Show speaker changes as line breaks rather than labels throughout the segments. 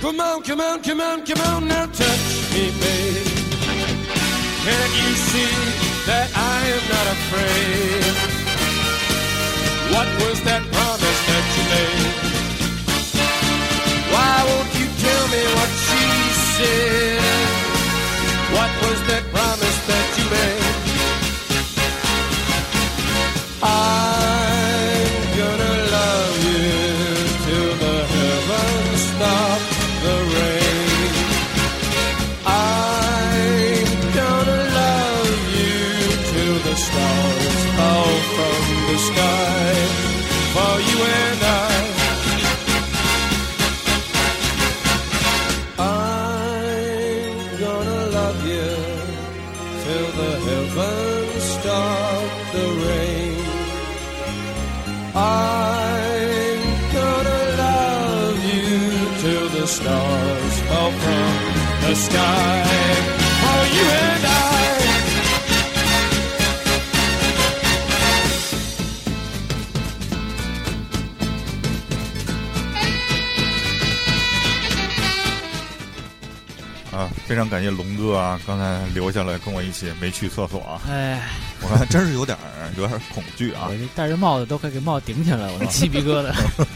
come on, come on, come on, now touch me, babe. Can't you see that I am not afraid? What was that promise that you made? Why won't you tell me what she said? What was that promise that you made? I'm gonna love you till the heavens stop the rain. I'm gonna love you till the stars fall from the sky for you and I. I'm gonna love you till the heavens stop the rain. I'm gonna love you till the stars fall from the sky. For you and I.
啊，非常感谢龙哥啊，刚才留下来跟我一起没去厕所啊，
哎，
我还真是有点儿有点儿恐惧啊
我。这戴着帽子都快给帽子顶起来了，我鸡皮疙瘩。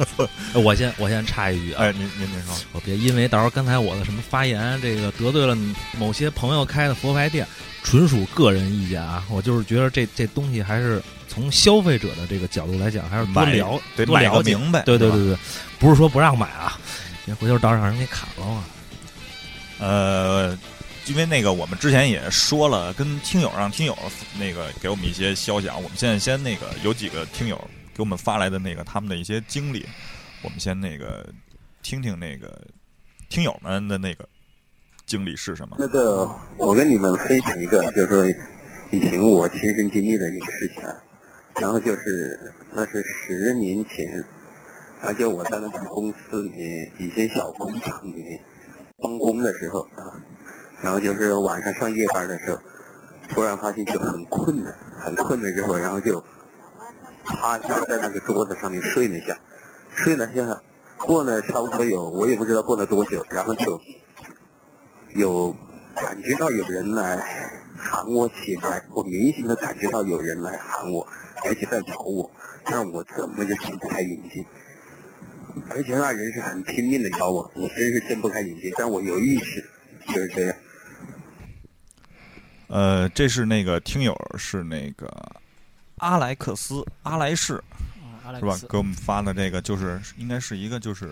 呃我先我先插一句啊，
哎，您您您说，
我别因为到时候刚才我的什么发言，这个得罪了某些朋友开的佛牌店，纯属个人意见啊。我就是觉得这这东西还是从消费者的这个角度来讲，还是多
买
聊
得
多
买个
了解。
明白，
对对
是吧
对对，不是说不让买啊，别回头到时候让人给砍了啊。
呃，因为那个我们之前也说了，跟听友让听友那个给我们一些消息啊，我们现在先那个有几个听友给我们发来的那个他们的一些经历，我们先那个听听那个听友们的那个经历是什么。
那个，我跟你们分享一个，就是说以前我亲身经历的一个事情啊。然后就是那是十年前，而且我在那个公司里面，以前小工厂里面帮工的时候啊，然后就是晚上上夜班的时候，突然发现就很困了，很困了之后，然后就趴下在那个桌子上面睡了一下，睡了一下，过了差不多有我也不知道过了多久，然后就。有感觉到有人来喊我起来，我明显的感觉到有人来喊我，而且在找我，但我怎么也睁不开眼睛。而且那人是很拼命的找我，我真是睁不开眼睛，但我有意识，就是这样。
呃，这是那个听友是那个阿莱克斯阿莱士
啊阿莱
是
克
吧
斯？
给我们发的这个就是应该是一个就是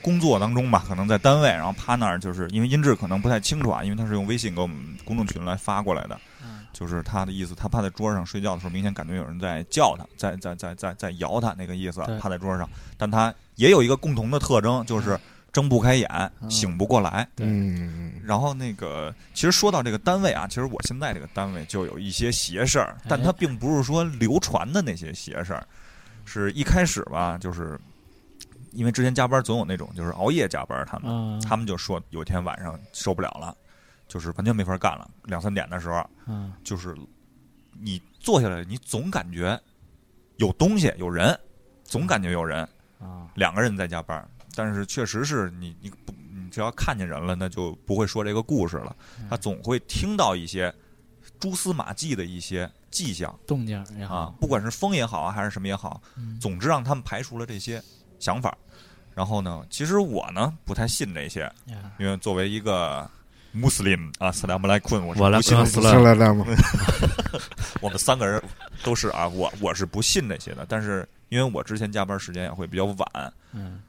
工作当中吧，可能在单位，然后趴那儿，就是因为音质可能不太清楚啊，因为他是用微信给我们公众群来发过来的，
嗯
就是他的意思，他趴在桌上睡觉的时候，明显感觉有人在叫他，在在在在在摇他那个意思啊
对，
趴在桌上，但他也有一个共同的特征，就是睁不开眼，
嗯
醒不过来。
嗯，
然后那个，其实说到这个单位啊，其实我现在这个单位就有一些邪事儿，但它并不是说流传的那些邪事儿，是一开始吧，就是因为之前加班总有那种就是熬夜加班，他们
嗯，
他们就说有一天晚上受不了了，就是完全没法干了，两三点的时候，
嗯
就是你坐下来，你总感觉有东西，有人，总感觉有人，
啊
两个人在加班，但是确实是你你不你只要看见人了，那就不会说这个故事了
嗯，
他总会听到一些蛛丝马迹的一些迹象
动静也
啊
好，，
不管是风也好啊，还是什么也好，
嗯
总之让他们排除了这些想法。然后呢，其实我呢不太信这些，
呀
因为作为一个。穆斯林啊，斯拉姆莱坤，我是
我来
不信的
我
死
啊
死
了
了
来了吗？
我们三个人都是啊，我我是不信这些的，但是因为我之前加班时间也会比较晚，
嗯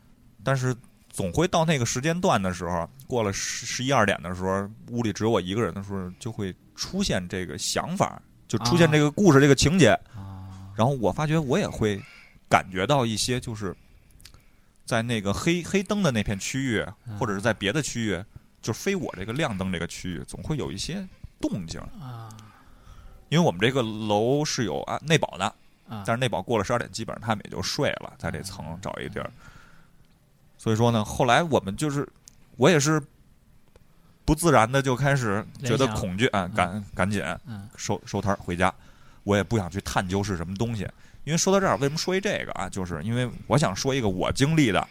但是总会到那个时间段的时候，过了十十一二点的时候，屋里只有我一个人的时候，就会出现这个想法，就出现这个故事、这个情节。
啊
然后我发觉我也会感觉到一些，就是在那个黑黑灯的那片区域，
嗯
或者是在别的区域，就非我这个亮灯这个区域，总会有一些动静。
啊
因为我们这个楼是有啊内保的，
啊！
但是内保过了十二点，基本上他们也就睡了，在这层找一地儿。所以说呢，后来我们就是，我也是不自然的就开始觉得
联想
恐惧啊，赶赶紧
嗯
收收摊儿回家。我也不想去探究是什么东西，因为说到这儿，为什么说一这个啊？就是因为我想说一个我经历的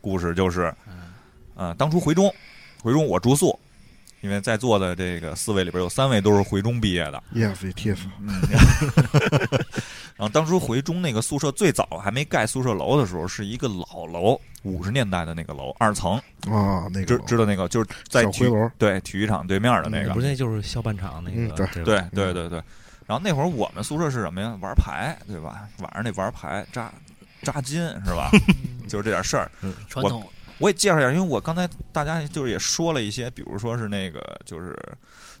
故事，就是
嗯
呃，当初回中，回中我住宿，因为在座的这个四位里边有三位都是回中毕业的，
Yes, it is。
然后当初回中那个宿舍最早还没盖宿舍楼的时候，是一个老楼，五十年代的那个楼，二层，
啊，那
知
个
知道那个就是在
小
体
灰楼
对体育场对面的那
嗯
个
不，是那就是校办场那
嗯
个，
对
吧
对对对。然后那会儿我们宿舍是什么呀？玩牌，对吧？晚上得玩牌，扎扎金是 吧？就是这点事儿。
传统
我也介绍一下，因为我刚才大家就是也说了一些，比如说是那个就是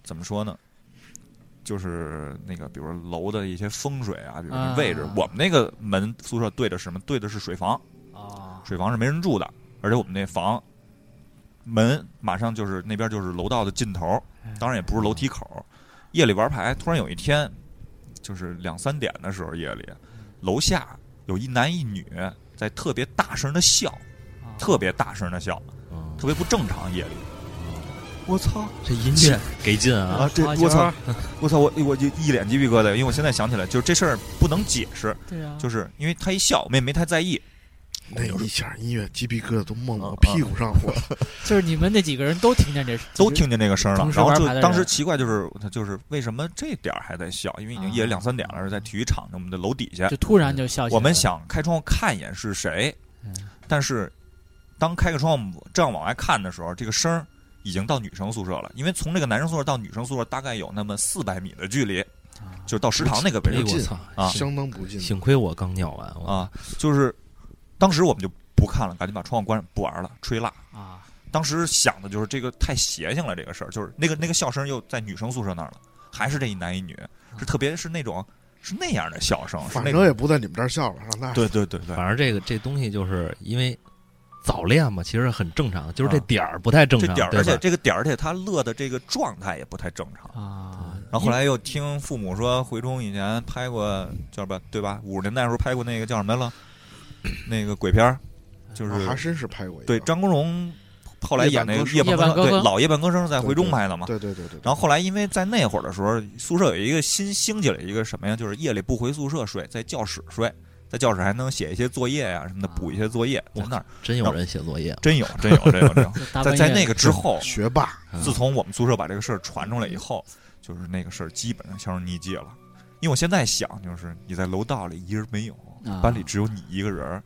怎么说呢？就是那个，比如说楼的一些风水啊，比如说位置。
啊
我们那个门宿舍对着是什么？对的是水房，
啊，
水房是没人住的，而且我们那房门马上就是那边就是楼道的尽头，当然也不是楼梯口。夜里玩牌，突然有一天，就是两三点的时候，夜里楼下有一男一女在特别大声的笑，
啊
特别大声的笑，
嗯
特别不正常。夜里，我操
这银剑给劲啊！
啊！这
花椒
我操，我操，我我就一脸鸡皮疙瘩，因为我现在想起来，就是这事儿不能解释，
对啊呀，
就是是因为他一笑，我们也没太在意。
那有一下音乐，鸡皮疙瘩都冒
啊
我屁股上，我
就是你们那几个人都听见这，
都听见这个声儿了
同，时
然后
玩
就
牌的人
当时奇怪就是就是为什么这点儿还在笑，因为已经夜里两三点了，是在体育场的我们的楼底下
啊就，就突然就笑起来了。嗯
我们想开窗户看一眼是谁，但是当开个窗户这样往外看的时候，这个声儿已经到女生宿舍了，因为从这个男生宿舍到女生宿舍大概有那么四百米的距离，
啊
就到食堂那个
哎
位
呦
置
我操！
啊
相当 不近。
幸亏我刚尿完，我
啊，就是当时我们就不看了，赶紧把窗户关上，不玩了，吹蜡。
啊，
当时想的就是这个太邪性了，这个事儿就是那个那个笑声又在女生宿舍那儿了，还是这一男一
啊
女，是特别是那种是那样的笑声，是
反
那
正
种
也不在你们这儿笑了，那
对对对对，
反正这个这东西就是因为早恋嘛，其实很正常，就是这点儿不太正
啊这
常，
点儿，
对
而且
吧？
这个点儿，而且他乐的这个状态也不太正常。
啊，
然后后来又听父母说，回中以前拍过叫什么对吧？五十年代时候拍过那个叫什么来了？那个鬼片儿，就是
哦
啊还真是拍过一个。
对张国荣后来演那个
夜
夜半
半
歌
歌
声，对
声
老夜半歌声是在回中拍的嘛。
对对对对对，
然后后来，因为在那会儿的时候，宿舍有一个新兴起来一个什么呀？就是夜里不回宿舍睡，在教室睡，在教室还能写一些作业呀、什么的，
啊
补一些作业。在那儿
真有人写作业，
真有，真有，真有，真有。
就大
在
半
在
夜
那个之后，
学霸
嗯
自从我们宿舍把这个事儿传出来以后，就是那个事儿基本上销声匿迹了。因为我现在想，就是你在楼道里一人没有，
啊
班里只有你一个人儿，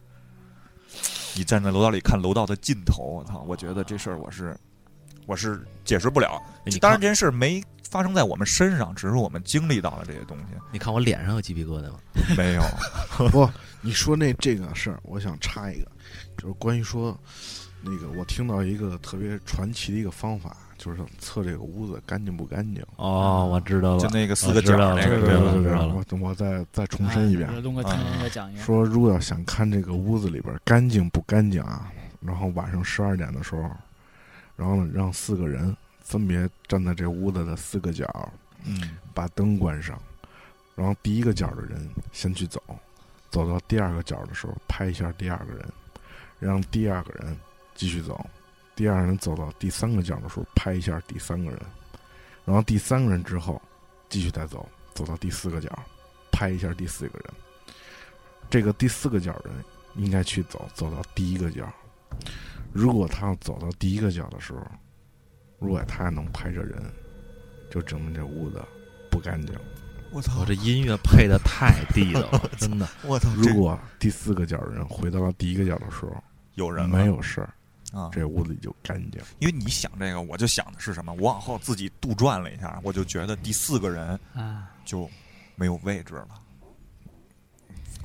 你站在楼道里看楼道的尽头，我操！我觉得这事儿我是我是解释不了。
你看
当然，这件事儿没发生在我们身上，只是我们经历到了这些东 西。
你看我脸上有鸡皮疙瘩吗？
没 有，
不？你说那这个事儿，我想插一个，就是关于说那个，我听到一个特别传奇的一个方法，就是测这个屋子干净不干净。
哦，我知道
就
了，
那个四
我
个
知
角儿
道了
那个，
知
对
道哎了
吧？嗯
知道了哎
我我再再重申一遍
啊，龙哥听人家讲一遍，
说如果要想看这个屋子里边干净不干净啊，然后晚上十二点的时候，然后呢让四个人分别站在这屋子的四个角，
嗯，
把灯关上，然后第一个角的人先去走，走到第二个角的时候拍一下第二个人，让第二个人继续走，第二个人走到第三个角的时候拍一下第三个人，然后第三个人之后继续再走，走到第四个角，拍一下第四个人，这个第四个角人应该去走，走到第一个角。如果他要走到第一个角的时候，如果他还能拍着人，就证明这屋子不干净。
我操
我这音乐配的太地道 了，真的。
我操！
如果第四个角人回到了第一个角的时候，
有人
没有事儿，
啊？
这屋子里就干净。
因为你想这个，我就想的是什么？我往后自己杜撰了一下，我就觉得第四个人
啊，
就没有位置了。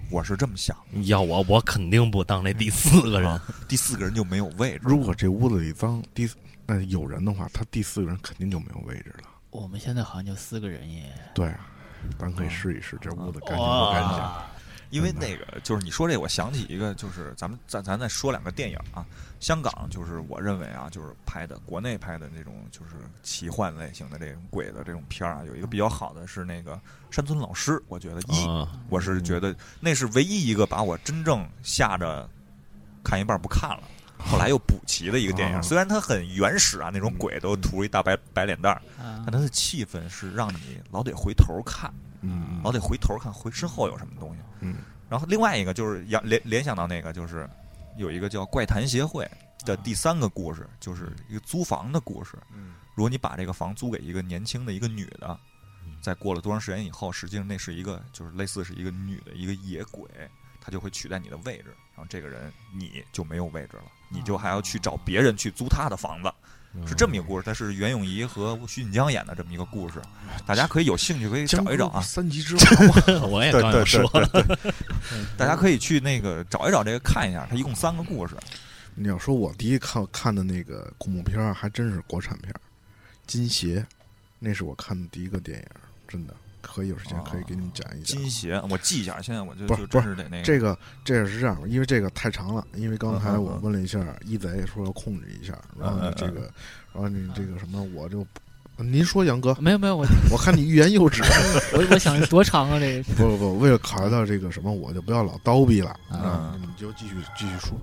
我是这么想
要我，我肯定不当那
嗯
第四个
的，
人。
啊第四个人就没有位置。
如果这屋子里脏，第四那有人的话，他第四个人肯定就没有位置了。
我们现在好像就四个人耶，
对啊，咱可以试一试这屋子干净不干净。
因为那个就是你说这，我想起一个，就是咱们咱咱再说两个电影啊，香港就是我认为啊，就是拍的国内拍的那种就是奇幻类型的这种鬼的这种片儿啊，有一个比较好的是那个山村老师，我觉得一、
啊，
我是觉
嗯
得那是唯一一个把我真正吓着看一半不看了，后来又补齐的一个电影。
啊
虽然它很原始啊，那种鬼都涂一大白白脸蛋儿，
啊
但它的气氛是让你老得回头看，
嗯
老得回头看回身后有什么东西。
嗯，
然后另外一个就是联联联想到那个就是有一个叫怪谈协会，
啊
的第三个故事，就是一个租房的故事。
嗯
如果你把这个房租给一个年轻的一个女的
嗯，
在过了多长时间以后，实际上那是一个就是类似是一个女的一个野鬼，她就会取代你的位置，然后这个人你就没有位
啊
置了，你就还要去找别人去租她的房子，
嗯
是这么一个故事。它是袁咏仪和徐锦江演的这么一个故事，
嗯
大家可以有兴趣可以找一找啊，
三级之王嘛，
个， 我也刚
对
要
对
说，
大家可以去那个找一找这个看一下，它一共三个故事。
你要说我第一看看的那个恐怖片儿，还真是国产片儿，《金鞋》，那是我看的第一个电影，真的。可以有时间可以给你们讲一讲。
金鞋，我记一下，现在我就
不是
就真是得那个
这个这个是这样，因为这个太长了，因为刚才
哎嗯嗯
我
嗯
问了一下一贼，说要控制一下，然后你这个，然后你这个什么，我就您说杨哥，
没有没有，我
我看你欲 言又止。
我我想多长啊这个
不不不，为了考虑到这个什么，我就不要老叨逼了，
嗯
啊，你就继续继续说。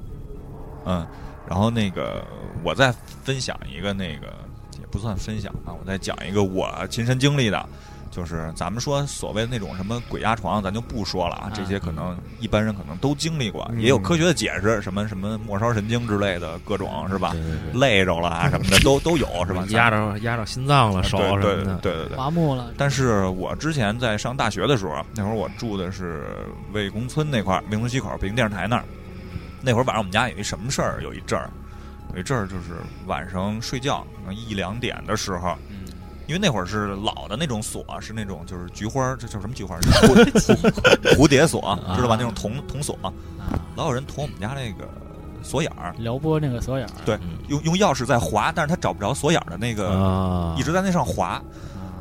嗯，然后那个我再分享一个那个也不算分享啊，我再讲一个我亲身经历的，就是咱们说所谓的那种什么鬼压床，咱就不说了啊
啊，
这些可能一般人可能都经历过，
嗯
也有科学的解释，什么什么末梢神经之类的各种是吧？
对对对
累着了啊什么的都都有 是吧？啊
压着压着心脏了，手
对
什
对
么
对
的，
对对对。
麻木了，
但是我之前在上大学的时候，那会儿我住的是魏公村那块儿，明东西口北京电视台那儿。那会儿晚上我们家有一什么事儿，有一阵儿，有一阵儿就是晚上睡觉可能一两点的时候，
嗯
因为那会儿是老的那种锁，是那种就是菊花，这叫什么菊花？蝴蝴蝶锁，知道吧？那种铜铜锁，
啊，
老有人捅我们家那个锁眼儿，
撩拨那个锁眼儿，啊
对
嗯
用用钥匙在划，但是他找不着锁眼儿的那个，
啊，
一直在那上划。
啊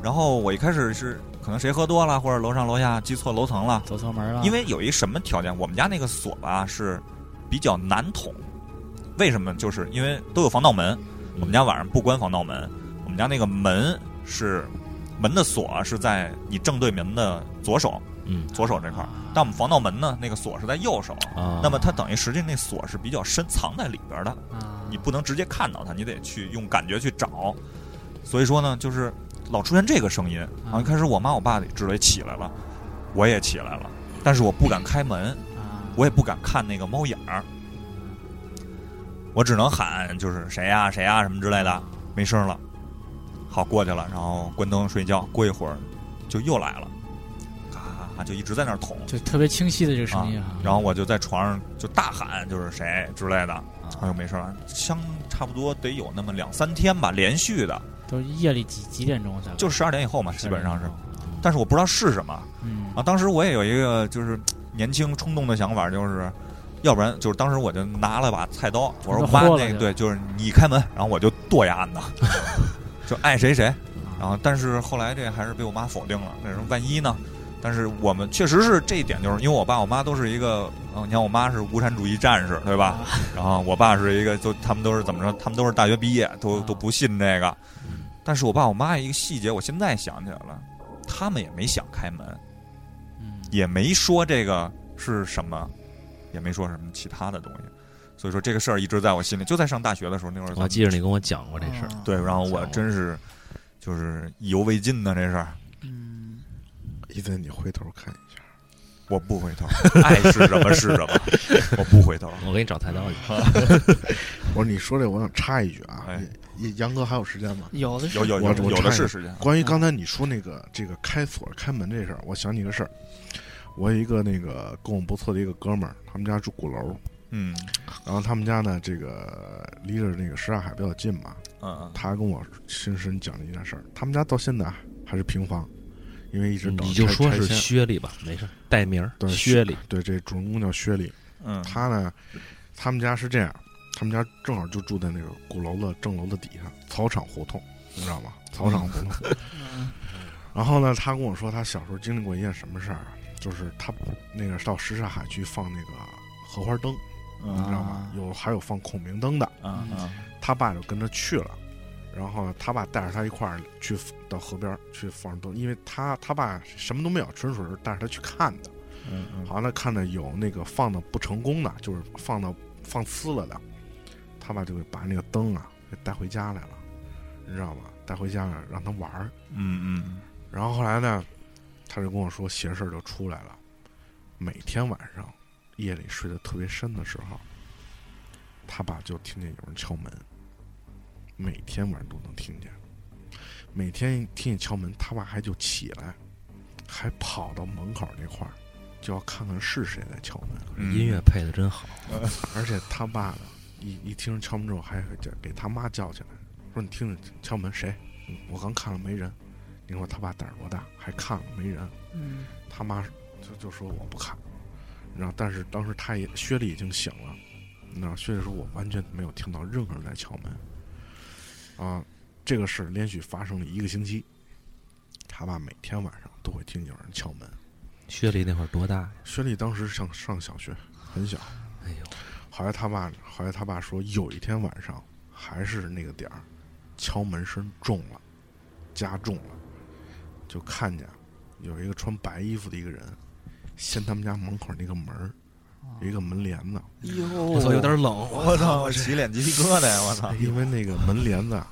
然后我一开始是可能谁喝多了，或者楼上楼下记错楼层了，
走错
啊
门了，
因为有一什么条件，我们家那个锁吧是比较难捅，为什么？就是因为都有防盗
嗯
门，我们家晚上不关防盗门，我们家那个门是门的锁是在你正对门的左手，
嗯
左手这块儿，但我们防盗门呢，那个锁是在右手。
啊，
那么它等于实际那锁是比较深藏在里边的，
啊
你不能直接看到它，你得去用感觉去找。所以说呢，就是老出现这个声音。然后一开始我妈我爸也知道也起来了，我也起来了，但是我不敢开门，
啊
我也不敢看那个猫眼儿，我只能喊就是谁呀、谁呀、什么之类的，没声了。好过去了，然后关灯睡觉。过一会儿就又来了，咔咔咔就一直在那儿捅。
就特别清晰的这个声音
啊
哈，
然后我就在床上就大喊，就是谁之类的，
啊
哎呦没事了，相差不多得有那么两三天吧，连续的，
都是夜里几几点钟才啊
就十二点以后嘛，基本上是。但是我不知道是什么
嗯
啊，当时我也有一个就是嘖年轻冲动的想法，就是。要不然就是当时我就拿了把菜刀，我说
就
妈
豁了
那个
就
对，就是你开门，然后我就跺一 案子，就爱谁谁。然后但是后来这还是被我妈否定了，那什么万一呢？但是我们确实是这一点，就是因为我爸我妈都是一个，嗯、你看我妈是无产主义战士，对
啊
吧？然后我爸是一个，就他们都是怎么说？他们都是大学毕业，都
啊
都不信这个。但是我爸我妈一个细节，我现在想起来了，他们也没想开门，
嗯
也没说这个是什么，也没说什么其他的东西。所以说这个事儿一直在我心里，就在上大学的时候，那会儿咱
我
们
记着你跟我讲过这事儿，
啊
对，然后我
讲过
真是就是意犹未尽呢，这事儿。
嗯
一贼，你回头看一下。
我不 回头，
哎
爱 是什么是什么，我不回头。
我给你找菜刀 去。
我说你说这，我想插一句啊
哎，
你杨哥还有时间吗？
有的是
有有
我
有
我
有的
看
是
见
时间，
关于刚才你说那个这个开锁开门这事儿，我想起一个事儿。我有一个那个跟我不错的一个哥们儿，他们家住鼓楼，
嗯
然后他们家呢这个离着那个什刹海比较近嘛，
嗯
他跟我亲身讲了一件事儿，他们家到现在还是平房，因为一直等
嗯你就
拆
说
拆
是
迁
薛礼吧，没事儿，带名儿
对
薛礼。
对，这主人公叫薛礼，
嗯
他呢，他们家是这样，他们家正好就住在那个鼓楼的正楼的底下草场胡同，你知道吗？草场胡同。
嗯
然后呢，他跟我说，他小时候经历过一件什么事儿啊，就是他那个到什刹海去放那个荷花灯，
嗯
你知道
啊
吗？有还有放孔明灯的，
嗯嗯
他爸就跟着去了。然后他爸带着他一块儿去到河边儿去放灯，因为他他爸什么都没有，纯属是带着他去看的。
嗯
好像看着有那个放的不成功的，就是放到放呲了的，他爸就给把那个灯啊给带回家来了，你知道吗？带回家了让他玩儿。
嗯嗯
然后后来呢，他就跟我说邪事儿就出来了，每天晚上夜里睡得特别深的时候，他爸就听见有人敲门，每天晚上都能听见，每天听见敲门，他爸还就起来，还跑到门口那块儿，就要看看是谁在敲门。
嗯
音乐配的真好，
而且他爸呢，一一听敲门之后，还会叫给他妈叫起来，说你听着敲门谁？嗯我刚看了没人。你说他爸胆儿多大，还看了没人？
嗯
他妈就就说我不看，然后但是当时他也薛丽已经醒了，那薛丽说我完全没有听到任何人在敲门，啊，这个事儿连续发生了一个星期，他爸每天晚上都会听见有人敲门。
薛丽那会儿多大呀？
薛丽当时上上小学，很小。
哎呦，
后来他爸，后来他爸说，有一天晚上还是那个点儿，敲门声重了，加重了，就看见有一个穿白衣服的一个人，掀他们家门口那个门儿，有一个门帘子，
哟，
我操，有点冷，
我操，我洗脸鸡皮疙瘩呀！我
啊
操
因为那个门帘子啊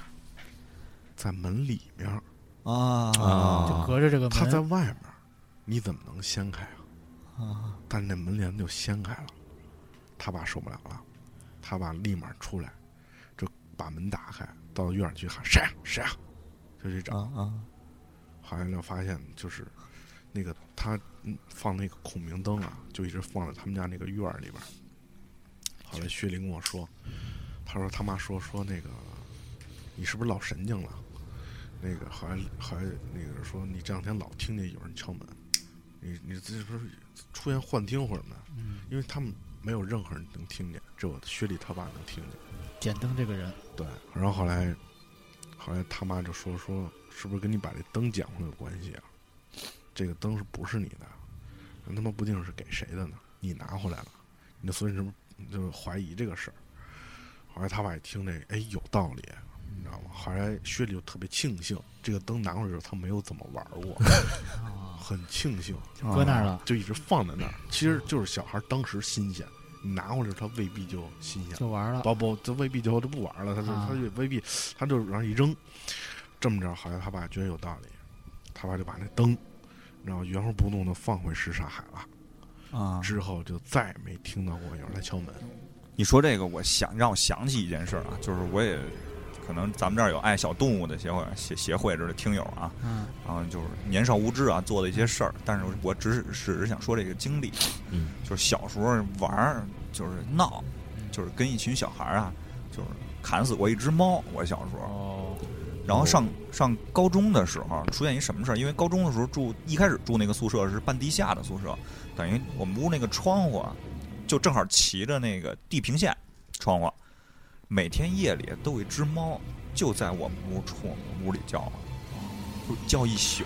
在门里面儿，
啊！
就
啊！
隔着这个
他在
门，
外面儿，你怎么能掀开啊？但是那门帘子就掀开了，他爸受不了了，他爸立马出来，就把门打开，到院儿去喊谁啊谁啊，就去找，
啊
好像就发现就是那个他嗯放那个孔明灯啊，就一直放在他们家那个院儿里边儿。后来薛林跟我说，他说他妈说说那个你是不是老神经了？那个好像好像那个说你这两天老听见有人敲门，你你这是不是出现幻听或者什么的？
嗯，
因为他们没有任何人能听见，只有薛丽他爸能听见。
简灯这个人，
对，然后后来，后来他妈就说说，是不是跟你把这灯捡回来有关系啊？这个灯是不是你的？那他妈不定是给谁的呢？你拿回来了，你所以是不是就怀疑这个事儿？后来他爸一听这，哎，有道理，你知道吗？后来薛里就特别庆幸，这个灯拿回来之后他没有怎么玩过，很庆幸，
哦
啊
就搁那儿了，
就一直放在那儿。其实就是小孩当时新鲜，你拿回来他未必就新鲜了。
就玩了，
不不，这未必就就不玩了，他就、
啊
他就未必，他就往上一扔，这么着，好像他爸觉得有道理，他爸就把那灯，然后原封不动的放回什刹海了，
啊！
之后就再也没听到过有人来敲门。
你说这个，我想让我想起一件事儿啊，就是我也可能咱们这儿有爱小动物的协会协协会之类的听友啊，
嗯，
然后就是年少无知啊，做的一些事儿。但是我只是只是想说这个经历，
嗯，
就是小时候玩儿，就是闹，
嗯
就是跟一群小孩儿啊，就是砍死过一只猫。我小时候，
哦，
然后上上高中的时候出现一什么事儿？因为高中的时候住一开始住那个宿舍是半地下的宿舍，等于我们屋那个窗户啊，就正好骑着那个地平线窗户，每天夜里都有一只猫就在我们屋冲我们屋里叫唤，就叫一宿，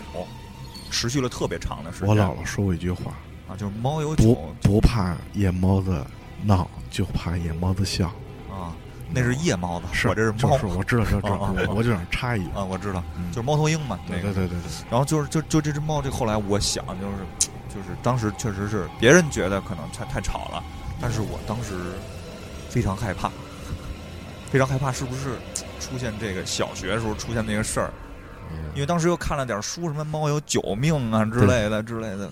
持续了特别长的时间。
我姥姥说过一句话，
啊，就是猫有
不
酒
不怕夜猫子闹，就怕夜猫子笑。
啊，那是夜猫子，
是，
我这是
就
猫
是啊我知道，知道，知 道，
哦哦哦
我我就想插一句，
啊，我知道，
嗯
就是猫头鹰嘛，那
对
个
对对对对，
然后就是就就这只猫，这后来我想就是就是当时确实是别人觉得可能太太吵了，但是我当时非常害怕，非常害怕是不是出现这个小学的时候出现这个事儿，因为当时又看了点书，什么猫有九命啊之类的之类的，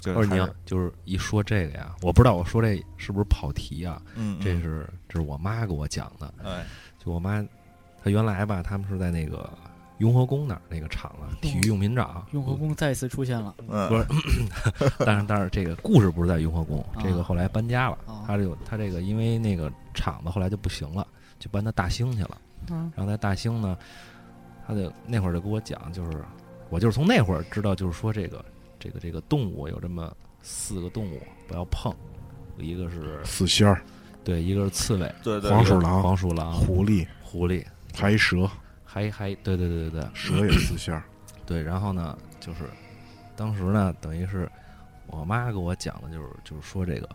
就
二
还
娘
是
就是一说这个呀，我不知道我说这是不是跑题啊？
嗯，嗯
这是这是我妈给我讲的，
哎
就我妈，她原来吧，他们是在那个雍和宫那儿那个厂子，体育用品厂。
雍和宫再次出现了，
嗯
不是但是但是这个故事不是在雍和宫，
啊
这个后来搬家了
哦。
他这个他这个因为那个厂子后来就不行了，就搬到大兴去了。
嗯
然后在大兴呢，他就那会儿就跟我讲，就是我就是从那会儿知道，就是说这个这个这个动物有这么四个动物不要碰，一个是
死仙儿、
对，一个是刺猬、
对对
黄鼠
一个
狼
黄鼠狼、
狐狸，
狐狸，
还一蛇，
还还对对对对对
蛇也是死仙儿。
对。然后呢，就是当时呢，等于是我妈给我讲的，就是就是说这个，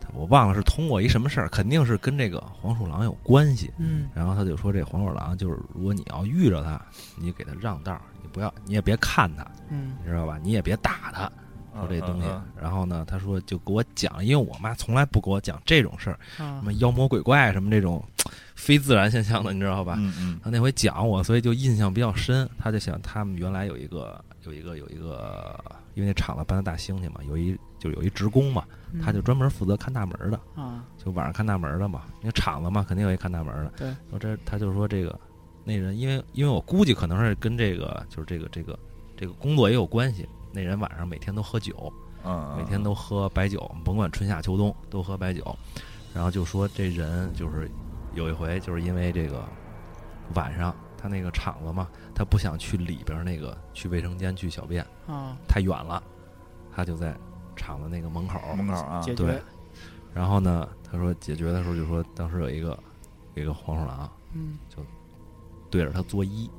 她我忘了是通过一什么事儿，肯定是跟这个黄鼠狼有关系。
嗯
然后她就说这黄鼠狼就是，如果你要遇着它，你给它让道儿，你不要，你也别看它，
嗯
你知道吧？你也别打它，说这东西
嗯嗯。
然后呢，她说就给我讲，因为我妈从来不给我讲这种事儿，
啊
什么妖魔鬼怪什么这种非自然现象的，你知道吧？
嗯嗯
他那回讲我，所以就印象比较深。他就想他们原来有一个有一个有一个因为那厂子搬到大兴去嘛，有一就有一职工嘛，
嗯
他就专门负责看大门的，
啊，
就晚上看大门的嘛。那厂子嘛，肯定有一看大门的。
对，
说这他就说这个那人，因为因为我估计可能是跟这个就是这个这个这个工作也有关系。那人晚上每天都喝酒，
嗯，
每天都喝白酒，甭管春夏秋冬都喝白酒。然后就说这人就是有一回就是因为这个晚上他那个厂子嘛，他不想去里边儿那个去卫生间去小便。
啊，
太远了，他就在厂子那个门口。
门口啊，
解
对
决，
然后呢，他说解决的时候就说，当时有一个有一个黄鼠狼啊
嗯，
对着他作揖，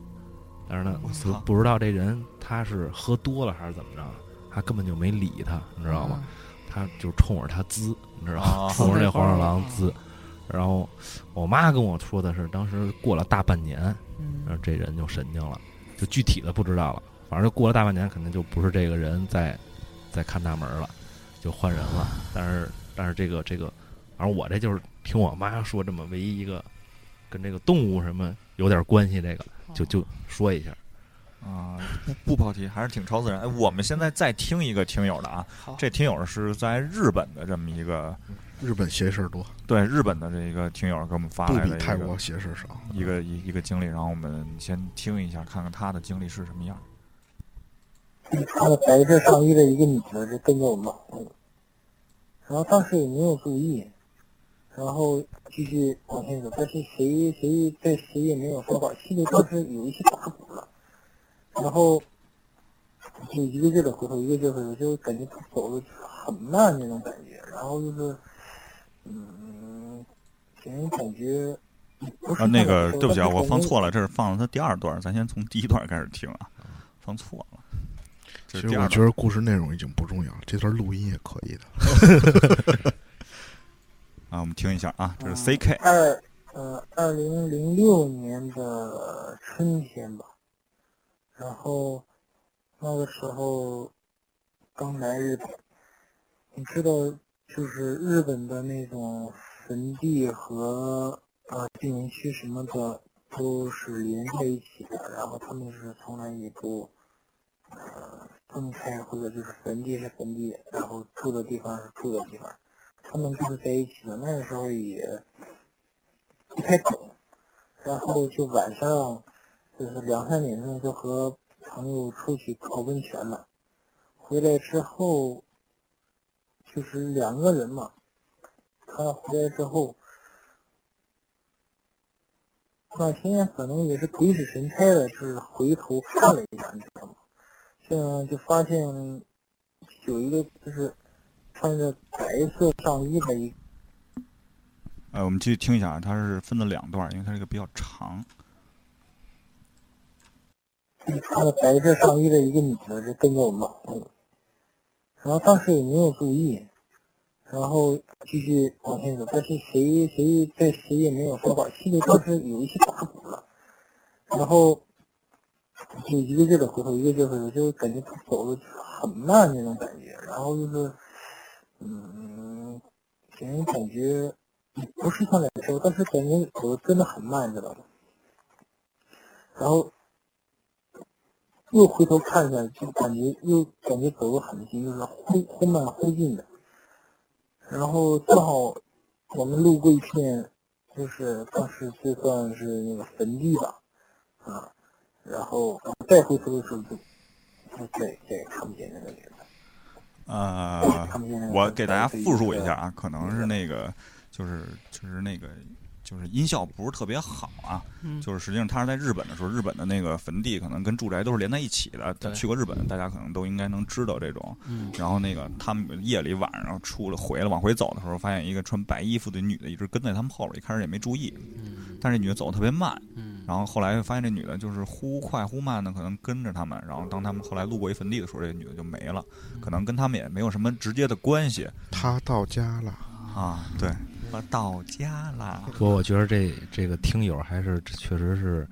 但是呢
我，
不
操
不知道这人他是喝多了还是怎么着，啊他根本就没理他，你知道吗？他就冲着他滋，你知道吗？
啊
冲着那黄鼠狼滋。然后我妈跟我说的是，当时过了大半年，
嗯？
然后
嗯，
这人就神经了，就具体的不知道了，反正就过了大半年，肯定就不是这个人在在看大门了，就换人了。但是但是这个这个，反正我这就是听我妈说这么唯一一个跟这个动物什么有点关系，这个就就说一下。
啊， 不不跑题，还是挺超自然。哎，我们现在再听一个听友的啊，
好，
这听友是在日本的这么一个，
日本邪事儿多，
对日本的这一个听友给我们发
不
来
比
的一
泰
个
国邪事儿少。
一个一一个经历，然后我们先听一下，看看他的经历是什么样。
穿着白色上衣的一个女的就跟着我们后头，然后当时也没有注意，然后继续往前走，但是谁谁对谁也没有说话，心里当时有一些打鼓了，然后就一个劲的回头，一个劲的回头，就感觉他走的很慢那种感觉，然后就是，嗯，给人感觉不是
啊，那个对
特别熟
不起啊，
但是
我
感
放
觉
错了，这是放了他第二段，咱先从第一段开始听啊，放错了。这
其
是
实
第
我
二
觉
段。
得故事内容已经不重要，这段录音也可以的。
啊，我们听一下啊，这是 C K
二呃二零零六年的春天吧，然后那个时候刚来日本，你知道，就是日本的那种坟地和呃居民区什么的都是连在一起的，然后他们是从来也不呃分开，或者就是坟地是坟地，然后住的地方是住的地方，他们就是在一起的。那个时候也。不太懂，然后就晚上就是两三点钟就和朋友出去泡温泉了，回来之后就是两个人嘛，他回来之后，那天可能也是鬼使神差的，就是回头看了一下，你知道吗？这样就发现有一个就是穿着白色上衣的一
呃，我们继续听一下，啊，它是分了两段，因为它这个比较长。
穿着白色上衣的一个女的就跟着我们后头，然后当时也没有注意，然后继续往前走，但是谁谁对谁也没有说话，心里当时有一些打鼓了，然后就一个劲的回头，一个劲的回头，就感觉他走的很慢那种感觉，然后就是，嗯，给人感觉不是很难受，但是感觉走的真的很慢，知道吗？然后又回头看一下，就感觉又感觉走得很近，就是忽忽慢忽近的。然后正好我们路过一片，就是当时就算是那个坟地吧，啊，然后再回头的时候就就再再也看不见那个女的，
呃，
看不见那
嗯
个。
我给大家复述一下。啊，可能是那个，就是就是那个，就是音效不是特别好啊。
嗯
就是实际上他是在日本的时候，日本的那个坟地可能跟住宅都是连在一起的。
对
去过日本，大家可能都应该能知道这种。
嗯
然后那个他们夜里晚上出了回来往回走的时候，发现一个穿白衣服的女的一直跟在他们后边，一开始也没注意，
嗯
但是这女的走得特别慢。
嗯，
然后后来发现这女的就是忽快忽慢的，可能跟着他们。然后当他们后来路过一坟地的时候，这女的就没了，可能跟他们也没有什么直接的关系。
他到家了，
啊，对，我到家啦。
不过我觉得这这个听友还是确实是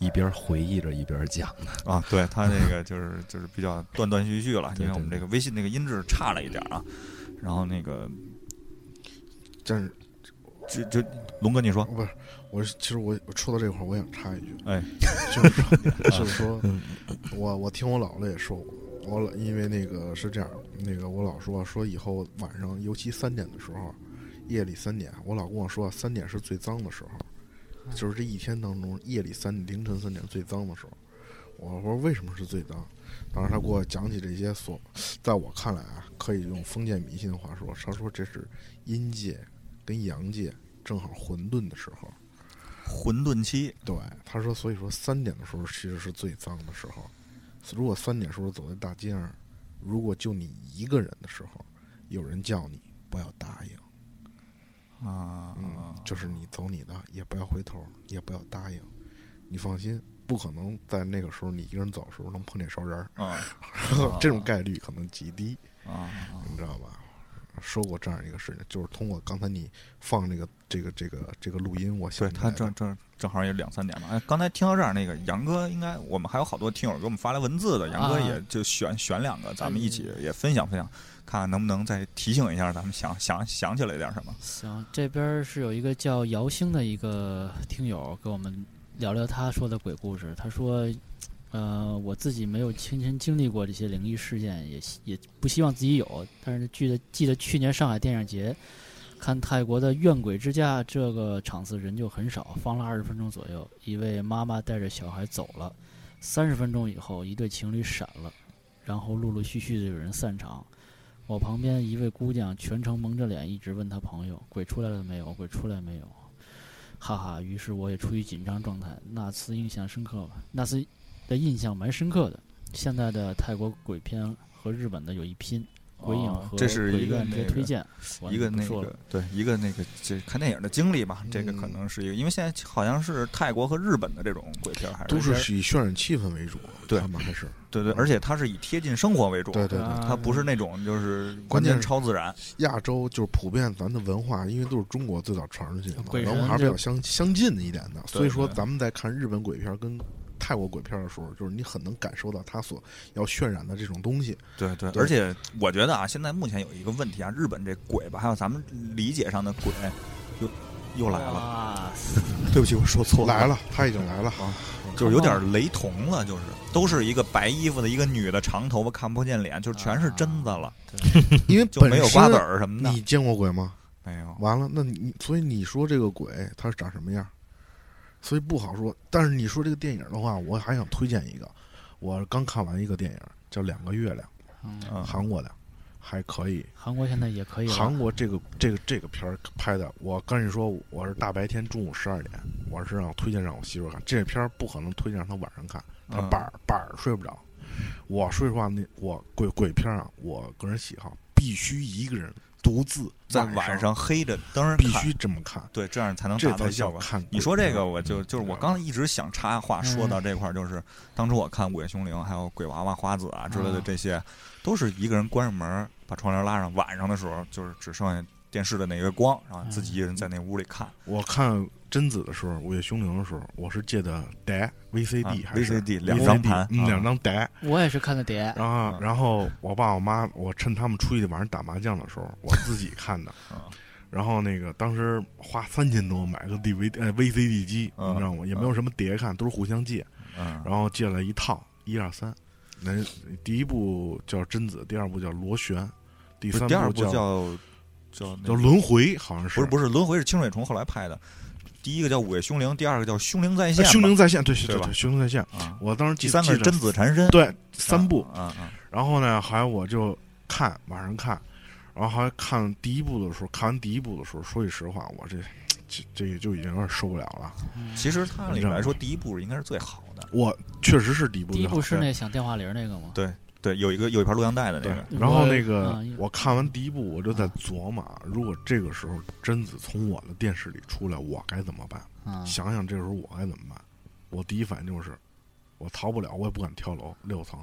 一边回忆着一边讲的，
啊，对他那个就是就是比较断断续续了，因为我们这个微信那个音质差了一点啊。然后那个
但是
就就龙哥你说，
不是我是，其实我我说到这块儿，我想插一句，
哎，
就是说，就是说，我我听我姥姥也说过，我老因为那个是这样，那个我老说说以后晚上，尤其三点的时候，夜里三点，我老跟我说三点是最脏的时候，就是这一天当中夜里三凌晨三点最脏的时候。我说为什么是最脏？当时他给我讲起这些所，在我看来啊，可以用封建迷信的话说，他说这是阴界跟阳界正好混沌的时候。
混沌期，
对，他说，所以说三点的时候其实是最脏的时候。如果三点时候走在大街上，如果就你一个人的时候，有人叫你，不要答应。
啊，
嗯，就是你走你的，也不要回头，也不要答应。你放心，不可能在那个时候你一个人走的时候能碰见熟 人儿，
啊
这种概率可能极低，
啊，
你知道吧？说过这样一个事情，就是通过刚才你放这个这个这个这个录音，我
啊对
想起
他
来了
正正正好也两三点嘛。哎，刚才听到这儿，那个杨哥应该我们还有好多听友给我们发来文字的，杨哥
啊
也就选选两个，咱们一起也分享分享，看看能不能再提醒一下咱们想想想起来点什么。
行，这边儿是有一个叫姚星的一个听友跟我们聊聊他说的鬼故事。他说，呃，我自己没有亲身经历过这些灵异事件，也希也不希望自己有。但是记得记得去年上海电影节看泰国的《怨鬼之家》这个场次人就很少，放了二十分钟左右，一位妈妈带着小孩走了，三十分钟以后，一对情侣闪了，然后陆陆续续的有人散场。我旁边一位姑娘全程蒙着脸，一直问她朋友：“鬼出来了没有？鬼出来没有？”哈哈，于是我也处于紧张状态。那次印象深刻，那次的印象蛮深刻的。现在的泰国鬼片和日本的有一拼，鬼影
哦
和
这是
鬼
一个
院
那
这
个
推荐，我
一个
就不
那
说了
个对一个那个这看电影的经历吧，这个
嗯
可能是一个，因为现在好像是泰国和日本的这种鬼片还是
都是以渲染气氛为主，
对
他们还是
对对，而且它是以贴近生活为主，
对对对。
它不是那种就是
关键
完全
是
超自然，
亚洲就是普遍咱的文化，因为都是中国最早传出去的嘛，
鬼
然后
神
还是比
这
较相相近的一点的。所以说，
对
咱们在看日本鬼片儿跟泰国鬼片儿的时候，就是你很能感受到它所要渲染的这种东西。
对对，
对
而且我觉得啊，现在目前有一个问题啊，日本这鬼吧，还有咱们理解上的鬼，又又来了。
了，
对不起，我说错
来，了，嗯他已 经来了，
就是有点雷同了，就是都是一个白衣服的一个女的，长头发看不见脸，就是全是真的了，
因为
就
啊本
没有
身
瓜子儿什么的哎
你，见过鬼吗？
没有。
完了，那你所以你说这个鬼他是长什么样儿？所以不好说。但是你说这个电影的话，我还想推荐一个，我刚看完一个电影叫《两个月亮
嗯，》，
嗯，哎
韩国的，还可以。
韩国现在也可以了。
韩国这个这个这个片儿拍的，我跟你说，我是大白天中午十二点，我是让我推荐让我媳妇儿看这片儿，不可能推荐让她晚上看，她
嗯
板儿板儿睡不着。我说实话，那我鬼鬼片儿啊，我个人喜好必须一个人独自
在
晚
晚上黑着灯儿
必
看
须这么看，
对，这样才能
这
达到
才
效
叫
果。
看鬼片儿。
你说这个，我就就是我
对
刚刚一直想插话，
嗯
说到这块儿，就是当初我看《午夜凶铃》还有《鬼娃娃》《花子》啊之类
嗯
的
啊
这些，都是一个人关上门，把窗帘拉上，晚上的时候就是只剩下电视的那个光，然后自己一个人
嗯
在那屋里看
我看贞子的时候，《午夜凶铃》的时候，我是借的碟
啊
VCD 还是
VCD 两张盘
VCD 嗯
啊
两张碟。
我也是看的碟，
然
嗯
后，啊然后我爸我妈，我趁他们出去晚上打麻将的时候，我自己看的
啊。
然后那个当时花三千多买个 DVD 呃 VCD 机，
啊
你知道吗？也没有什么碟看，都是互相借。
嗯，
然后借了一套一二三，那第一部叫《贞子》，第二部叫《螺旋》，第
不是
三
第二部
叫
叫叫那个
叫《轮回》，好像
不
是
是不是轮回是清水虫后来拍的，第一个叫《午夜凶铃》，第二个叫《凶铃在
哎
线》吧，
凶灵在线，对
对
对
吧
对，凶灵在线。
啊，
我当时记
第三个是
记
《
着
贞子缠身》
对，三部。
啊啊
然后呢，还有我就看晚上看，然后还看第一部的时候，看完第一部的时候，说句实话，我这这这就已经有点受不了了。
嗯
啊，其实它里面来说，第一部应该是最好的，
我确实是第一部
第
最
一
好
部是
看
那响电话铃儿那个吗？
对对，有一个有一盘录像带的那
对
个，，
然后
我
那个
嗯
我看完第一部，我就在琢磨，如果这个时候贞子从我的电视里出来，我该怎么办？
啊，
想想这时候我该怎么办？我第一反应就是，我逃不了，我也不敢跳楼六层，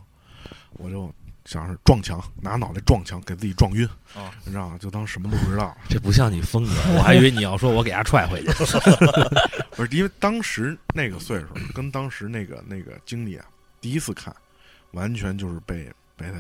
我就想是撞墙，拿脑袋撞墙，给自己撞晕，
啊
哦
你知道吗？就当什么都不知道。
这不像你风格，我还以为你要说我给他踹回去。
不是因为当时那个岁数，跟当时那个那个经历啊，第一次看，完全就是被被他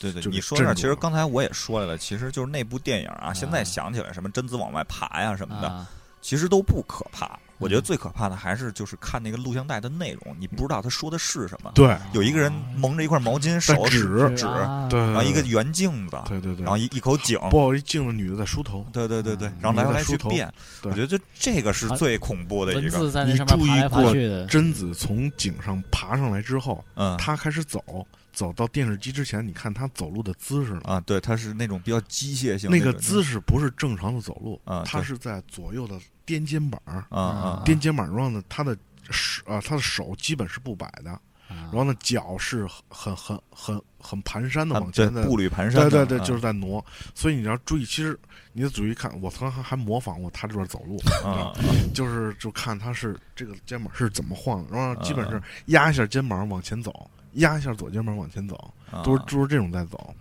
对对，
就
你
是
说这儿，
镇
其
住
实
了
刚才我也说来了，其实啊就是那部电影啊，现在想起来什么贞子往外爬呀什么的，嗯
啊，
其实都不可怕，我觉得最可怕的还是就是看那个录像带的内容，你不知道他说的是什么。
对
有一个人蒙着一块毛巾，
在
手
指
啊指，
啊
对，
然后一个圆镜子，
对对对，
然后一一口井，
不好一镜子女的在梳头，
对对对对
嗯，
然后来回来去
梳头
变，我
对
觉得就这个是最恐怖的一
文
个，
字在那
你
上面
注意
爬来爬
过
去的，
贞子从井上爬上来之后，
嗯
她开始走，走到电视机之前，你看她走路的姿势了，
啊，对，它是那种比较机械性
那
个
个姿势不是正常的走路
嗯啊，
她
对
是在左右的颠肩膀，
啊啊，
颠肩膀状的，她的手啊，她的手基本是不摆
啊
的，
啊
然后呢，脚是很很很很蹒跚的
啊
往
对
前的，
步履蹒跚
对
的，
对对，
啊
就是在挪，所以你要注意，其实你得仔细看，我曾还还模仿过她这段走 路，
啊，
就是就看他是这个肩膀是怎么晃的，然后基本
嗯
是压一下肩膀往前走，压一下左肩膀往前走，
啊
都是都是这种在走。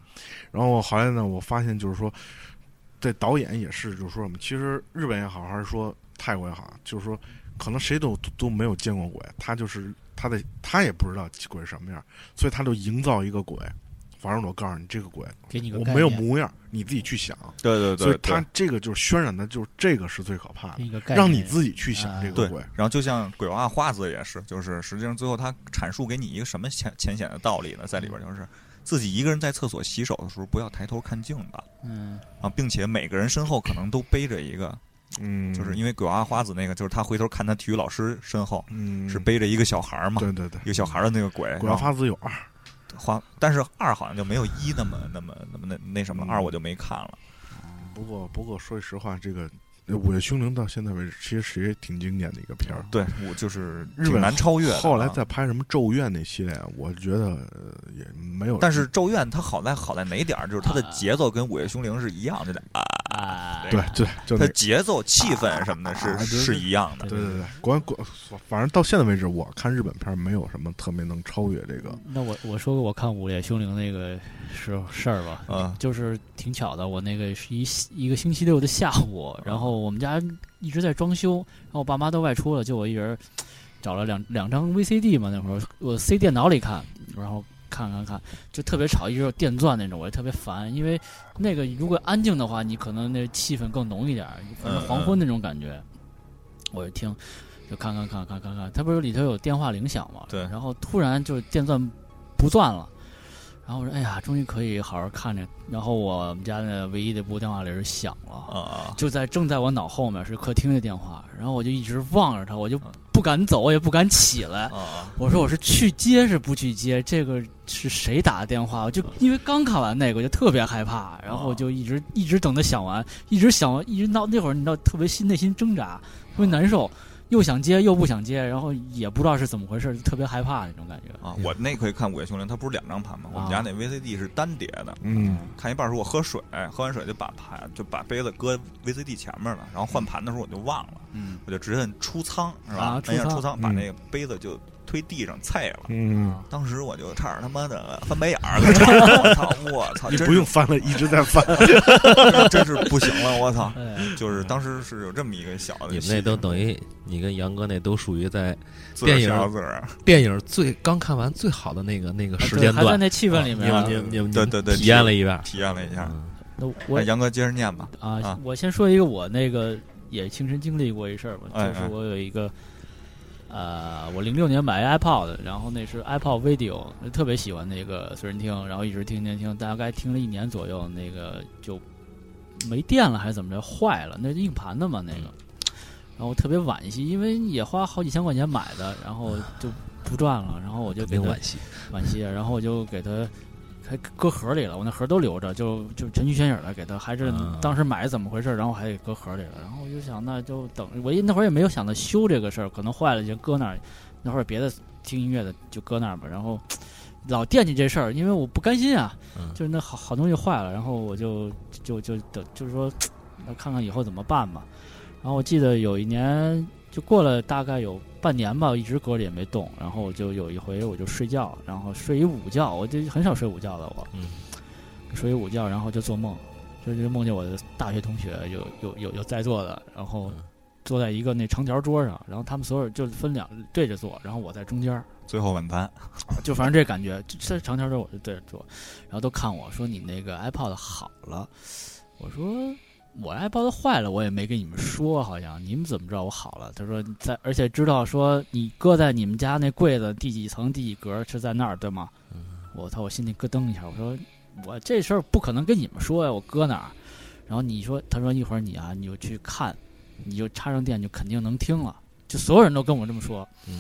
然后后来呢，我发现就是说，这导演也是，就是说我们其实日本也好，还是说泰国也好，就是说可能谁都都都没有见过鬼，他就是他的他也不知道鬼是什么样，所以他就营造一个鬼。反正我告诉你，这个鬼
给你个
我
概
没有
念
模样，你自己去想。
对对
所
对
以他
对
这个就是渲染的，就是这个是最可怕的
给。你个嗯概念，
让你自己去想
啊
这个
对
鬼。，
然后就像鬼娃娃花子也是，就是实际上最后他阐述给你一个什么浅浅显的道理呢？在里边就是自己一个人在厕所洗手的时候，不要抬头看镜子
嗯
啊，并且每个人身后可能都背着一个，
嗯
就是因为鬼娃娃花子那个，就是他回头看他体育老师身后
嗯
是背着一个小孩儿嘛，
对对对
一，个小孩儿的那个鬼，
鬼
然
娃
后
发子有二，
花，但是二好像就没有一那么那么那么那那什么了，
嗯
二我就没看了。
不过不过说句实话，这个呃《午夜凶铃》到现在为止，其实也挺经典的一个片儿。
对，我就是
日
挺
本
难超越的啊。
后来再拍什么《咒怨》那系列，我觉得呃也没有。
但是《咒怨》它好在好在哪点儿？就是它
啊
的节奏跟《午夜凶铃》是一样的，
啊，
对对，就
它
那
节奏、气氛什么的是
啊对
是一样的。
对
对对对，管管，反正到现在为止，我看日本片儿没有什么特别能超越这个。
那我我说过我看《午夜凶铃》那个时候事儿吧，
嗯
就是挺巧的，我那个是一一个星期六的下午，然后我们家一直在装修，然后我爸妈都外出了，就我一人找了两两张 VCD 嘛，那会儿我塞电脑里看，然后看看看，就特别吵，一直有电钻那种，我就特别烦，因为那个如果安静的话，你可能那气氛更浓一点儿，可能黄昏那种感觉，我就听。就看看看看看看，它不是里头有电话铃响嘛？
对
然后突然就电钻不断了，然后我说：“哎呀，终于可以好好看着。”然后我们家的唯一的拨电话铃响了，
啊
就在正在我脑后面是客厅的电话，然后我就一直望着它，我就不敢走，也不敢起来
啊。啊！
嗯我说我是去接是不去接？这个是谁打的电话？我就因为刚看完那个，我就特别害怕，然后我就一直一直等它响完，一直响，一直到那会儿，你知道特别心内心挣扎，特别难受，又想接又不想接，然后也不知道是怎么回事，就特别害怕那种感觉。
啊，我那可以看《午夜凶铃》，它不是两张盘吗？我
啊
们家那 VCD 是单碟的，
嗯，
啊
看一半儿时候我喝水，喝完水就把盘就把杯子搁 VCD 前面了，然后换
嗯
盘的时候我就忘了，
嗯，
我就直接摁出仓是吧
啊？
摁一下
出
出
仓
仓，把
嗯
那个杯子就推地上菜了。
啊
嗯，
当时我就差点他妈的翻白眼儿 了，我操！我操！
你
真
不
是
用翻了，一直在 翻。
真是不行了，我操！
哎。
就是当时是有这么一个小的戏，
你们那都等于你跟杨哥那都属于在
自个儿
电影
吓唬自个儿，
电影最刚看完最好的那个那个
啊
时
对
间
还在
段，
那气氛里面。啊
你们你们你
对
们
对对
体验了一遍，
体验了一下。
嗯
那
哎
我
杨哥接着念吧，
啊
啊，
我先说一个我那个也亲身经历过一事儿吧，
哎
就是我有一个，呃，我零六年买 iPod，然后那是 iPod Video，特别喜欢那个随身听，然后一直听听听，大概听了一年左右，那个就没电了还是怎么着，坏了，那是硬盘的嘛那个，
嗯
然后特别惋惜，因为也花好几千块钱买的，然后就不赚了，然后我就
肯
给
定
它
惋惜。
惋惜，然后我就给他还搁盒里了，我那盒都留着，就就全心全影的给他，还是
啊
当时买是怎么回事，然后还给搁盒里了，然后我就想那就等，我一那会儿也没有想到修这个事儿，可能坏了就搁那儿，那会儿别的听音乐的就搁那儿吧，然后老惦记这事儿，因为我不甘心啊，
嗯
就是那好好东西坏了，然后我就就就等，就是说那看看以后怎么办吧，然后我记得有一年就过了大概有半年吧，我一直搁着也没动。然后我就有一回我就睡觉，然后睡一午觉，我就很少睡午觉的我，
嗯
睡一午觉，然后就做梦，就就梦见我的大学同学有有有有在座的，然后
嗯
坐在一个那长条桌上，然后他们所有人就分两对着坐，然后我在中间儿，
最后晚餐
就反正这感觉，这这长条桌我就对着坐，然后都看我说你那个 iPod 好了，我说我 iPod 坏了，我也没跟你们说，好像你们怎么知道我好了？他说你在，而且知道说你搁在你们家那柜子第几层第几格是在那儿，对吗？我操，我心里咯噔一下，我说我这事儿不可能跟你们说呀，我搁哪儿？然后你说，他说一会儿你啊，你就去看，你就插上电就肯定能听了，就所有人都跟我这么说。
嗯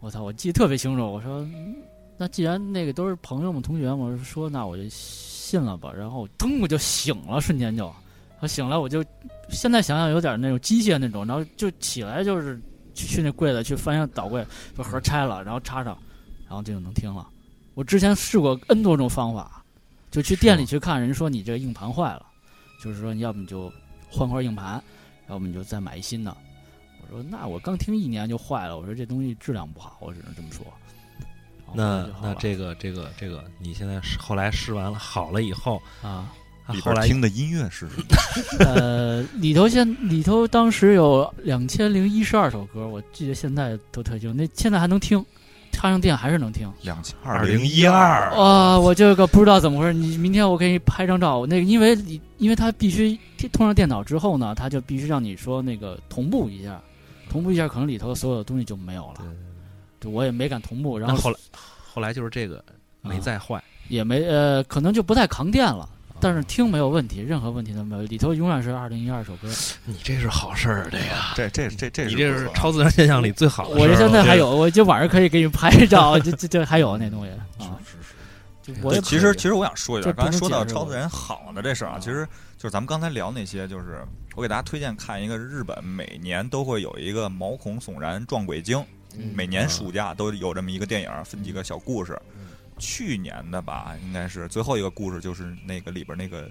我操，我记得特别清楚，我说嗯那既然那个都是朋友们同学嘛，我说那我就信了吧，然后我噔我就醒了，瞬间就。我醒了，我就现在想想有点那种机械那种，然后就起来就是去去那柜子去翻箱倒柜，把盒拆了，然后插上，然后这就能听了。我之前试过 N 多种方法，就去店里去看，人说你这个硬盘坏了，就是说你要么你就换块硬盘，要么你就再买一新的。我说那我刚听一年就坏了，我说这东西质量不好，我只能这么说。然后
那
就好
那
了
这个这个这个，你现在试后来试完了好了以后，
啊，
啊
里
后
边
来
听的音乐是什么？
呃，里头现里头当时有两千零一十二首歌，我记得现在都特清，那现在还能听，插上电还是能听。
两千
2012
二
啊、我这个不知道怎么回事，你明天我给你拍张照。那个，因为你因为它必须通上电脑之后呢，它就必须让你说那个同步一下，同步一下，可能里头所有的东西就没有了。对，我也没敢同步，然
那
后
后来后来就是这个没
啊
再坏，
也没呃，可能就不太扛电了。但是听没有问题，任何问题都没有，里头永远是二零一二首歌。
你这是好事儿，这个
这这这这
你这
不
是
错啊
超自然现象里最好的事
我
儿了。
这现在
觉
还
得
有，我今晚上可以给你们拍照，这这这还有那东西啊。是我
对
也
其实其实我想说一下，
这不
刚
能
才说到
解释
超自然好的这事儿啊，
啊
其实就是咱们刚才聊那些，就是我给大家推荐看一个日本每年都会有一个毛孔悚然撞鬼经，
嗯
每年暑假都有这么一个电影，分几个小故事。
嗯
去年的吧，应该是最后一个故事，就是那个里边那个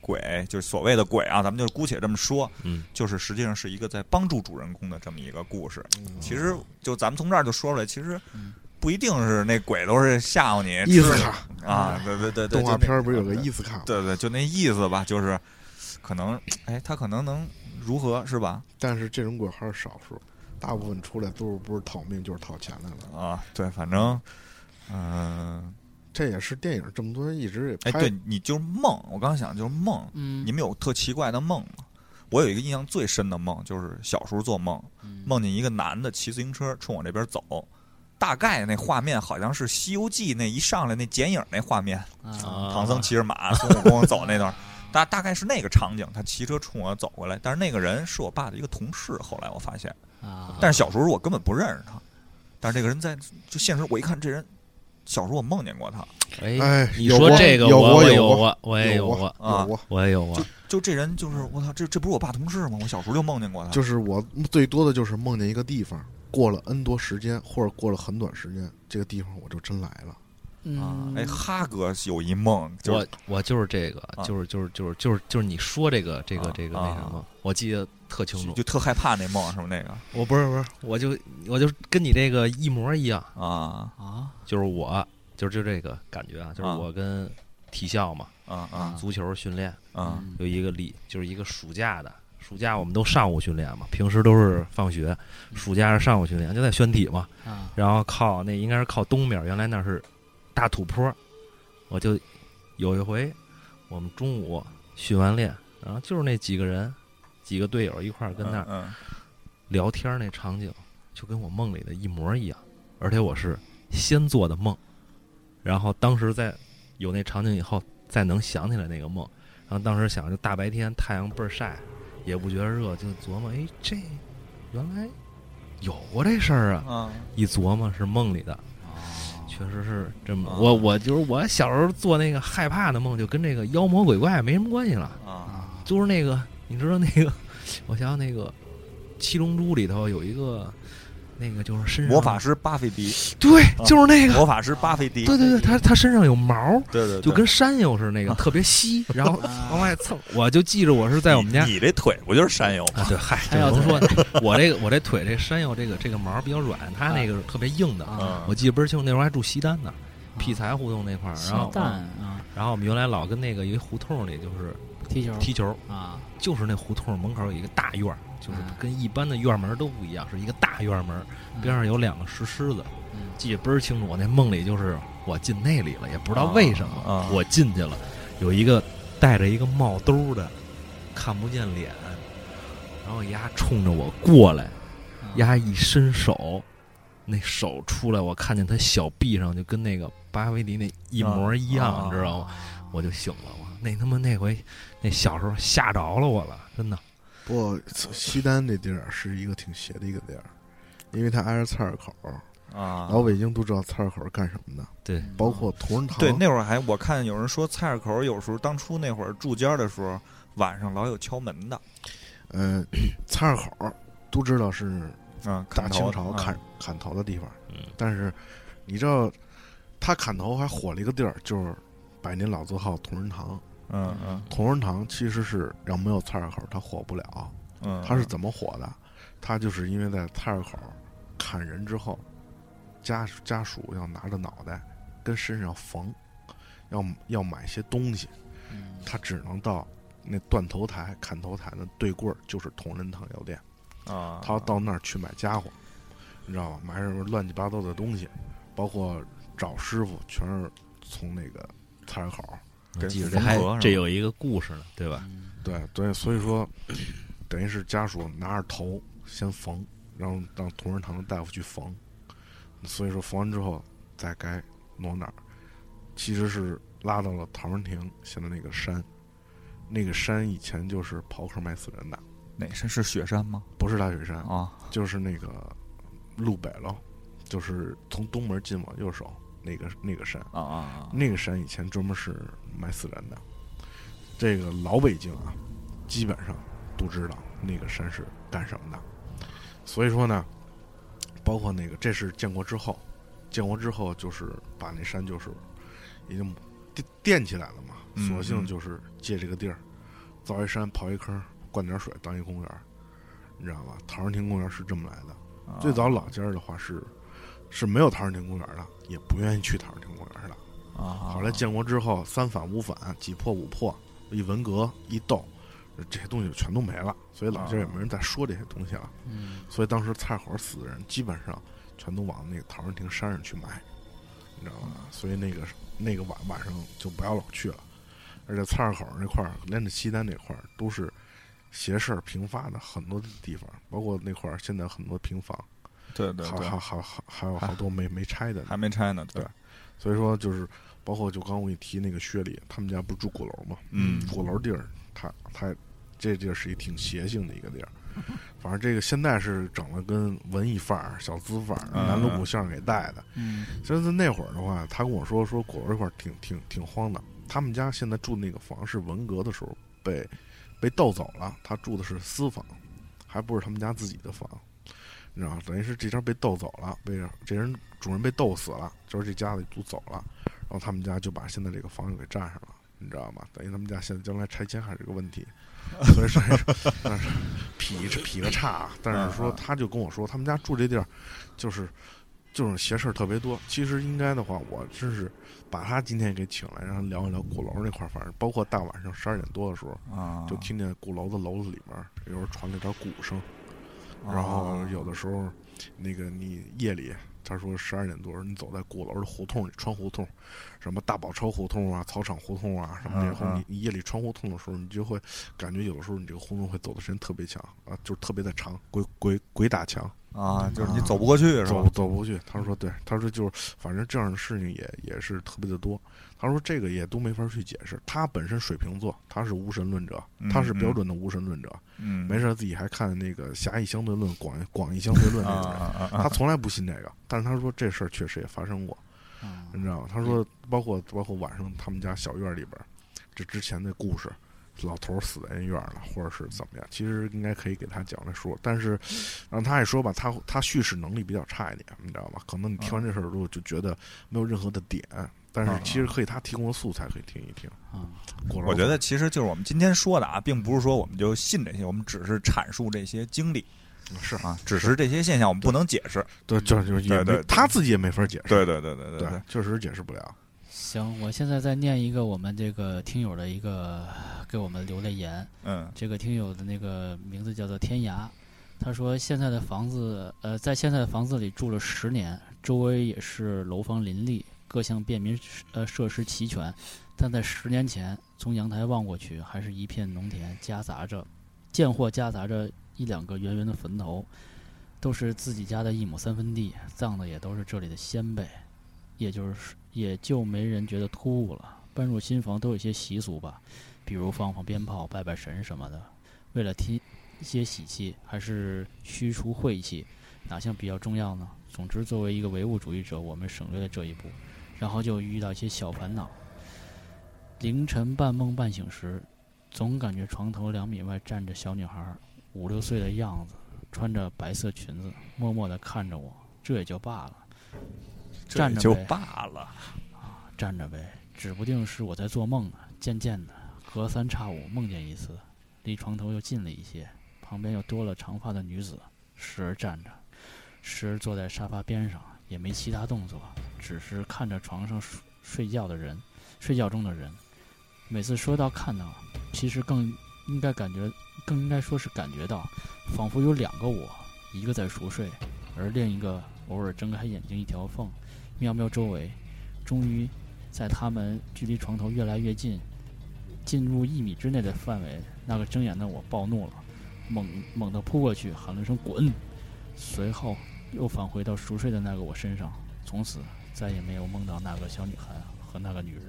鬼，就是所谓的鬼啊，咱们就姑且这么说，
嗯，
就是实际上是一个在帮助主人公的这么一个故事。其实就咱们从这儿就说出来，其实
嗯不
不一定是那鬼都是吓唬你，
伊斯
吃你
卡
啊，对对对对，
嗯动画
就那
片儿不是有个伊斯卡吗？
对对，就那意思吧，就是可能，哎，他可能能如何是吧？
但是这种鬼还是少数，大部分出来都是不是讨命就是讨钱来了。
啊，对，反正，嗯、
这也是电影这么多人一直也
哎，
拍。
对，你就是梦，我刚想就是梦，
嗯，
你们有特奇怪的梦吗？我有一个印象最深的梦，就是小时候做梦，梦见一个男的骑自行车冲我这边走，大概那画面好像是《西游记》那一上来那剪影那画面，
啊，
啊
唐僧骑着马，孙悟空走那段儿， 大大概是那个场景，他骑车冲我走过来，但是那个人是我爸的一个同事，后来我发现。
啊，
但是小时候我根本不认识他，但是这个人在就现实，我一看这人，小时候我梦见过他，
哎，
哎，
你
有
说
过
这个
有
我
过
我
有过
我我也有
有过
过，
啊
有过，
我也有过。
就这人就是我操，这这不是我爸同事吗？我小时候就梦见过他，
就是我最多的就是梦见一个地方，过了 N 多时间或者过了很短时间，这个地方我就真来了。
啊
嗯，，
哎，哈哥有一梦，就是
我我就是这个，
啊
就是就是就是就是就是你说这个这个
啊
这个那什么，我记得特清
就
楚。
就特害怕那梦是不是那个
我不是不是，我就我就跟你这个一模一样，
啊
啊，
就是我就是就这个感觉啊，就是
啊
我跟体校嘛，
啊啊
足球训练
啊
嗯
有一个礼，就是一个暑假的。暑假我们都上午训练嘛，平时都是放学，暑假是上午训练，就在宣体嘛。
啊，
然后靠那应该是靠东边，原来那是大土坡，我就有一回我们中午训完练，然后就是那几个人几个队友一块儿跟那儿
嗯
聊天儿那场景，就跟我梦里的一模一样，而且我是先做的梦，然后当时在有那场景以后，再能想起来那个梦，然后当时想就大白天太阳倍儿晒，也不觉得热，就琢磨哎这原来有过这事儿啊，
嗯
一琢磨是梦里的，确实是这么。我
啊
我就是我小时候做那个害怕的梦，就跟这个妖魔鬼怪没什么关系了，
啊啊
就是那个你知道那个， 我想想那个《七龙珠》里头有一个那个就是身上
魔法师巴菲 迪，
对
啊，
就是那嗯个。
魔法师巴菲迪，
对对对，他他身上有毛，
对对，
就跟山药似的， 那个特别稀，然后往外蹭。啊我就记着我是在我们家
你这腿不就是山药
啊，
吗？
对，嗨，这
山药
甭
腿
说 呢，我这个我这腿这山药这个这个毛比较软，它那个是特别硬的。
啊
我记得倍儿清，那时候还住西单呢，
啊
劈柴胡同那块儿，
鸡
然后
蛋啊，
然后我们原来老跟那个一个胡同里就是
踢球
踢球，
啊，
就是那胡同门口有一个大院儿，就是
嗯
跟一般的院门都不一样，是一个大院门，边上有两个石狮子
嗯，
记得倍儿清楚。我那梦里就是我进那里了，也不知道为什
啊啊
么我进去了，有一个戴着一个帽兜的
看不见脸，然后丫冲着我过来，丫一伸手，那手出来，我看见他小臂上就跟那个巴维迪那一模一样，你知道吗？
吗？
我就醒了，我那他妈那回那小时候吓着了我了，真的。
不过西单这地儿是一个挺邪的一个地儿，因为它挨着菜市口，
啊，
老北京都知道菜市口是干什么的，
对，
包括同仁堂。
对，那会儿还我看有人说菜市口有时候当初那会儿住家的时候，晚上老有敲门的，
呃，菜市口都知道是
啊，
大
砍头
清
的
朝
啊
砍砍头的地方，
嗯
但是你知道他砍头还火了一个地儿，就是百年老字号同仁堂。
嗯嗯
同仁堂其实是要没有菜市口，它火不了。
嗯，
它是怎么火的？它就是因为在菜市口砍人之后，家属家属要拿着脑袋跟身上缝，要要买些东西，
嗯
他只能到那断头台、砍头台的对棍儿，就是同仁堂药店，
啊，
他要到那儿去买家伙，你知道吧？买什么乱七八糟的东西，包括找师傅，全是从那个菜市口。
我
跟
记着这
缝
还
合是吧
这有一个故事呢，对
啊
吧？
对对，所以说，等于是家属拿着头先缝，然后让同仁堂的大夫去缝，所以说缝完之后再该挪哪儿，其实是拉到了陶然亭现在那个山，那个山以前就是刨坑埋死人的，
哪是是雪山吗？
不是大雪山，
啊，
就是那个路北喽，就是从东门进往右手那个那个山。
啊啊
那个山以前专门是埋死人的。这个老北京啊，基本上都知道那个山是干什么的。所以说呢，包括那个，这是建国之后，建国之后就是把那山就是已经垫垫起来了嘛，
嗯
索性
嗯
就是借这个地儿造一山、刨一坑、灌点水当一公园儿，你知道吧？陶然亭公园是这么来的。
啊，
最早老家儿的话是是没有陶然亭公园的，也不愿意去陶然亭公园的。
啊，
后来建国之后，三反五反，几破五破，一文革一斗，这些东西就全都没了，所以老家也没人再说这些东西了。
嗯
所以当时菜口死的人基本上全都往那个陶然亭山上去埋，你知道吗？所以那个那个晚晚上就不要老去了。而且菜市口那块儿，连着西单那块儿都是邪事儿频发的很多的地方，包括那块儿现在很多平房，
对对
还
对
还，还还还有
还
好多没没拆的呢。
还没拆呢，
对所以说就是包括就刚刚我给你提那个薛礼，他们家不是住鼓楼嘛，
嗯
鼓楼地儿，他他这地儿是一挺邪性的一个地儿。反正这个现在是整了跟文艺范儿、小资范儿、
嗯
南锣鼓巷给带的。
嗯
真是那会儿的话，他跟我说说鼓楼这块儿挺挺挺荒的。他们家现在住的那个房是文革的时候被被盗走了，他住的是私房，还不是他们家自己的房。你知道，等于是这家被盗走了，被这人主人被斗死了，就是这家里都走了，然后他们家就把现在这个房子给占上了，你知道吗？等于他们家现在将来拆迁还是个问题，所以说，但是 劈劈个叉，啊但是
嗯
说
嗯
他就跟我说，他们家住这地儿，就是这种邪事儿特别多。其实应该的话，我真是把他今天给请来，让他聊一聊鼓楼那块儿，反正包括大晚上十二点多的时候，
啊，
就听见鼓楼的楼子里面有时候传来点鼓声。
啊，
然后有的时候，那个你夜里，他说十二点多，你走在鼓楼的胡同里穿胡同，什么大宝钞胡同啊、草场胡同啊什么
嗯
这后
嗯
你你夜里穿胡同的时候，你就会感觉有的时候你这个胡同会走的时间特别强啊，就是特别的长，鬼鬼鬼打墙，
啊，就是你走不过去是吧嗯
走？走不过去。他说对，他说就是反正这样的事情也也是特别的多。他说这个也都没法去解释。他本身水瓶座，他是无神论者，他是
嗯嗯
标准的无神论者。
嗯，
没事儿自己还看那个狭义相对论、广义广义相对论
啊
那种人。
啊啊
他从来不信这个，但是他说这事儿确实也发生过，
啊
你知道吗？他说包括包括晚上他们家小院里边儿，这之前的故事，老头儿死在人院儿了，或者是怎么样，其实应该可以给他讲来说，但是让他也说吧，他他叙事能力比较差一点，你知道吗？可能你听完这事儿之后就觉得没有任何的点，但是其实可以他提供的素材可以听一听。
啊
果然
啊我觉得其实就是我们今天说的啊，并不是说我们就信这些，我们只是阐述这些经历
嗯是
啊，只是这些现象我们不能解释。
对，就是就是也
对对
没
对
他自己也没法解释，
对对对对对，
确实解释不了。
行，我现在再念一个我们这个听友的一个给我们留的言，
嗯
这个听友的那个名字叫做天涯，他说现在的房子，呃，在现在的房子里住了十年，周围也是楼房林立，各项便民呃设施齐全，但在十年前从阳台望过去，还是一片农田，夹杂着间或夹杂着一两个圆圆的坟头，都是自己家的一亩三分地，葬的也都是这里的先辈，也就是也就没人觉得突兀了。搬入新房都有些习俗吧，比如放放鞭炮、拜拜神什么的。为了提一些喜气，还是驱除晦气，哪项比较重要呢？总之，作为一个唯物主义者，我们省略了这一步，然后就遇到一些小烦恼。凌晨半梦半醒时，总感觉床头两米外站着小女孩，五六岁的样子，穿着白色裙子，默默地看着我。这也就罢了，
这
站
也
着
就
呗
罢了。
站着呗，指不定是我在做梦呢。渐渐的，隔三差五梦见一次，离床头又近了一些，旁边又多了长发的女子，时而站着，时而坐在沙发边上，也没其他动作，只是看着床上睡睡觉的人，睡觉中的人。每次说到看到，其实更应该感觉，更应该说是感觉到，仿佛有两个我，一个在熟睡，而另一个偶尔睁开眼睛一条缝，瞄瞄周围，终于在他们距离床头越来越近，进入一米之内的范围，那个睁眼的我暴怒了，猛猛地扑过去，喊了声“滚”，随后又返回到熟睡的那个我身上，从此再也没有梦到那个小女孩和那个女人。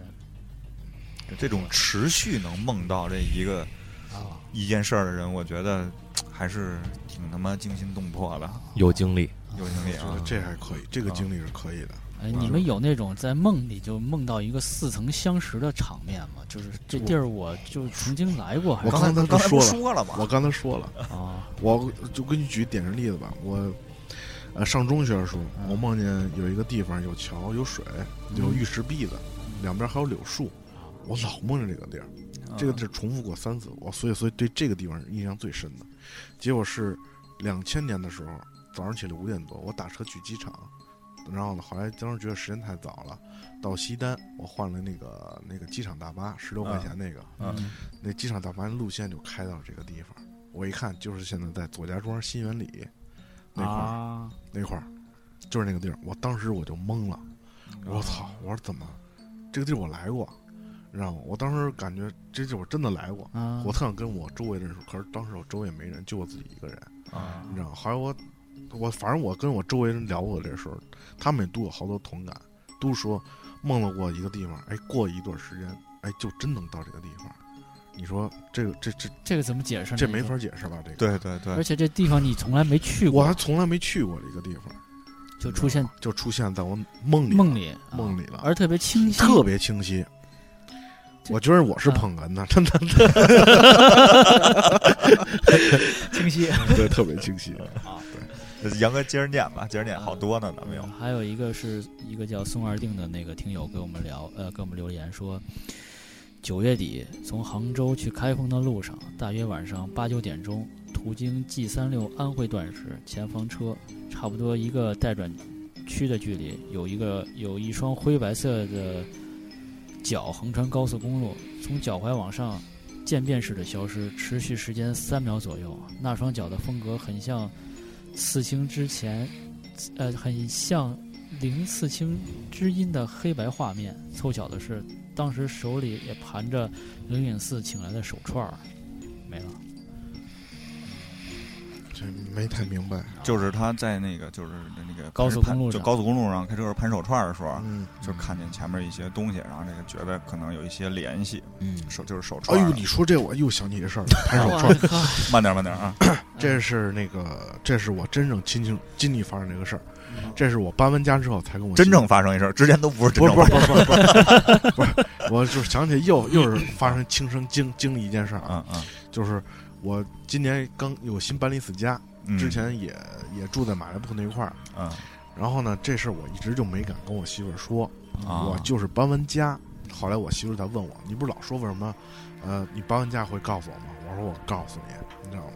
这种持续能梦到这一个
啊，
一件事儿的人，我觉得还是挺他妈惊心动魄的，
啊
有经历，
有经历
觉
啊
得。这还可以，这个
啊
经历是可以的。
哎，你们有那种在梦里就梦到一个似曾相识的场面吗？就是这地儿我就曾经来过，还
我
是
刚才
刚才
刚才不
说了
说了吗？
我刚才说了，
啊
我就给你举典型例子吧。我呃上中学的时候，
嗯
我梦见有一个地方有桥、有水、
嗯
有玉石壁的，两边还有柳树。
啊
我老梦见这个地
嗯
儿，这个地儿重复过三次，我所以所以对这个地方是印象最深的。结果是两千年的时候，早上起来五点多，我打车去机场，然后呢，后来当时觉得时间太早了，到西单我换了那个那个机场大巴，十六块钱那个，
啊
嗯
那机场大巴路线就开到这个地方。我一看就是现在在左家庄新源里那块儿、
啊，
那块儿，就是那个地儿。我当时我就懵了，我操！我说怎么这个地儿我来过？你知道吗？我当时感觉这地儿我真的来过，
啊
我特想跟我周围的人说，可是当时我周围没人，就我自己一个人，
啊
你知道吗？后来我我反正我跟我周围人聊过这事儿，他们也都有好多同感，都说梦到过一个地方，哎，过一段时间，哎，就真能到这个地方。你说这个这这
这个怎么解释呢？
这没
你说
法解释吧？这个，
对对对
而，且这地方你从来没去
我
过，
还从来没去过这个地方，
就出现
你知道吗就出现在我梦里
梦里，
梦
里，啊
里了，
而特别清晰，
特别清晰。
这
我觉得我是
啊
捧哏的，真的，
清晰。
对，特别清晰。
杨哥接着念吧，接着念，好多呢，咱们有
嗯。还有一个是一个叫宋二定的那个听友给我们聊，呃，给我们留言说，九月底从杭州去开封的路上，大约晚上八九点钟，途经 G 三六安徽段时，前方车差不多一个待转区的距离，有一个有一双灰白色的脚横穿高速公路，从脚踝往上。渐变式的消失，持续时间三秒左右。啊那双脚的风格很像刺青之前呃，很像零次青之音的黑白画面。凑巧的是，当时手里也盘着灵隐寺请来的手串儿，没了。
这没太明白，啊
就是他在那个就是那个
高速公路
就
上
高速公路上开车时候盘手串的时候，
嗯，
就看见前面一些东西，然后这个觉得可能有一些联系，
嗯，
手就是手
哎
串。
呦，你说这我又想起 一事儿了，拍手串。
串，
慢点慢点啊！
这是那个，这是我真正亲情经历发生这个事儿，这是我搬完家之后才跟
嗯
我
真正发生一事儿，之前都不是真
不是
正发
不是
生。
不是 不是不是，我就是想起又又是发生亲身经经历一件事儿啊，
嗯嗯
就是我今年刚有新搬了一次家，
嗯，
之前也也住在马来铺那一块儿，
嗯
然后呢，这事儿我一直就没敢跟我媳妇儿说，
啊，
我就是搬完家，后来我媳妇儿在问我，你不是老说为什么，呃，你搬完家会告诉我吗？我说我告诉你，你知道吗？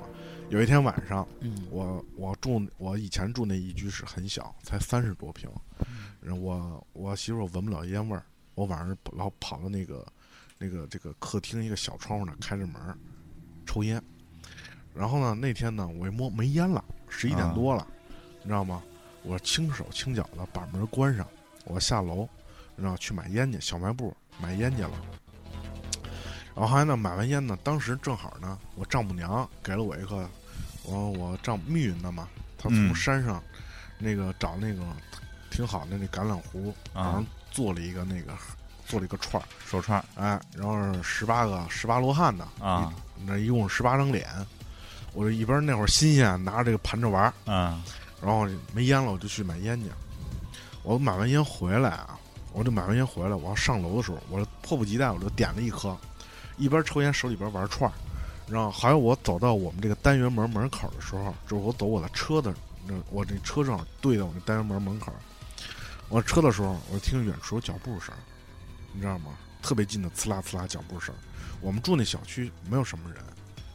有一天晚上。
嗯，
我我住我以前住那一居室很小，才三十多平，然后我我媳妇儿闻不了烟味儿，我晚上老跑到那个那个这个客厅一个小窗户那儿开着门儿抽烟，然后呢那天呢我一摸没烟了，十一点
啊
多了，你知道吗？我轻手轻脚的把门关上，我下楼，然后去买烟去小卖部买烟去了。然后后来呢，买完烟呢，当时正好呢，我丈母娘给了我一个，我我丈密云的嘛，她从
嗯
山上那个找那个挺好的那橄榄核，然后
啊，
做了一个那个做了一个串儿，
手串儿
哎，然后十八个十八罗汉的
啊，
那一共十八张脸。我这一边那会儿新鲜，拿着这个盘着玩儿，
啊，
然后没烟了，我就去买烟去。我买完烟回来啊，我就买完烟回来，我要上楼的时候，我就迫不及待，我就点了一颗，一边抽烟手里边玩串儿。然后还有我走到我们这个单元门门口的时候，就是我走我的车的，那我这车正好对到我这单元门门口，我车的时候，我听远处有脚步声，你知道吗？特别近的呲啦呲啦脚步声。我们住那小区没有什么人，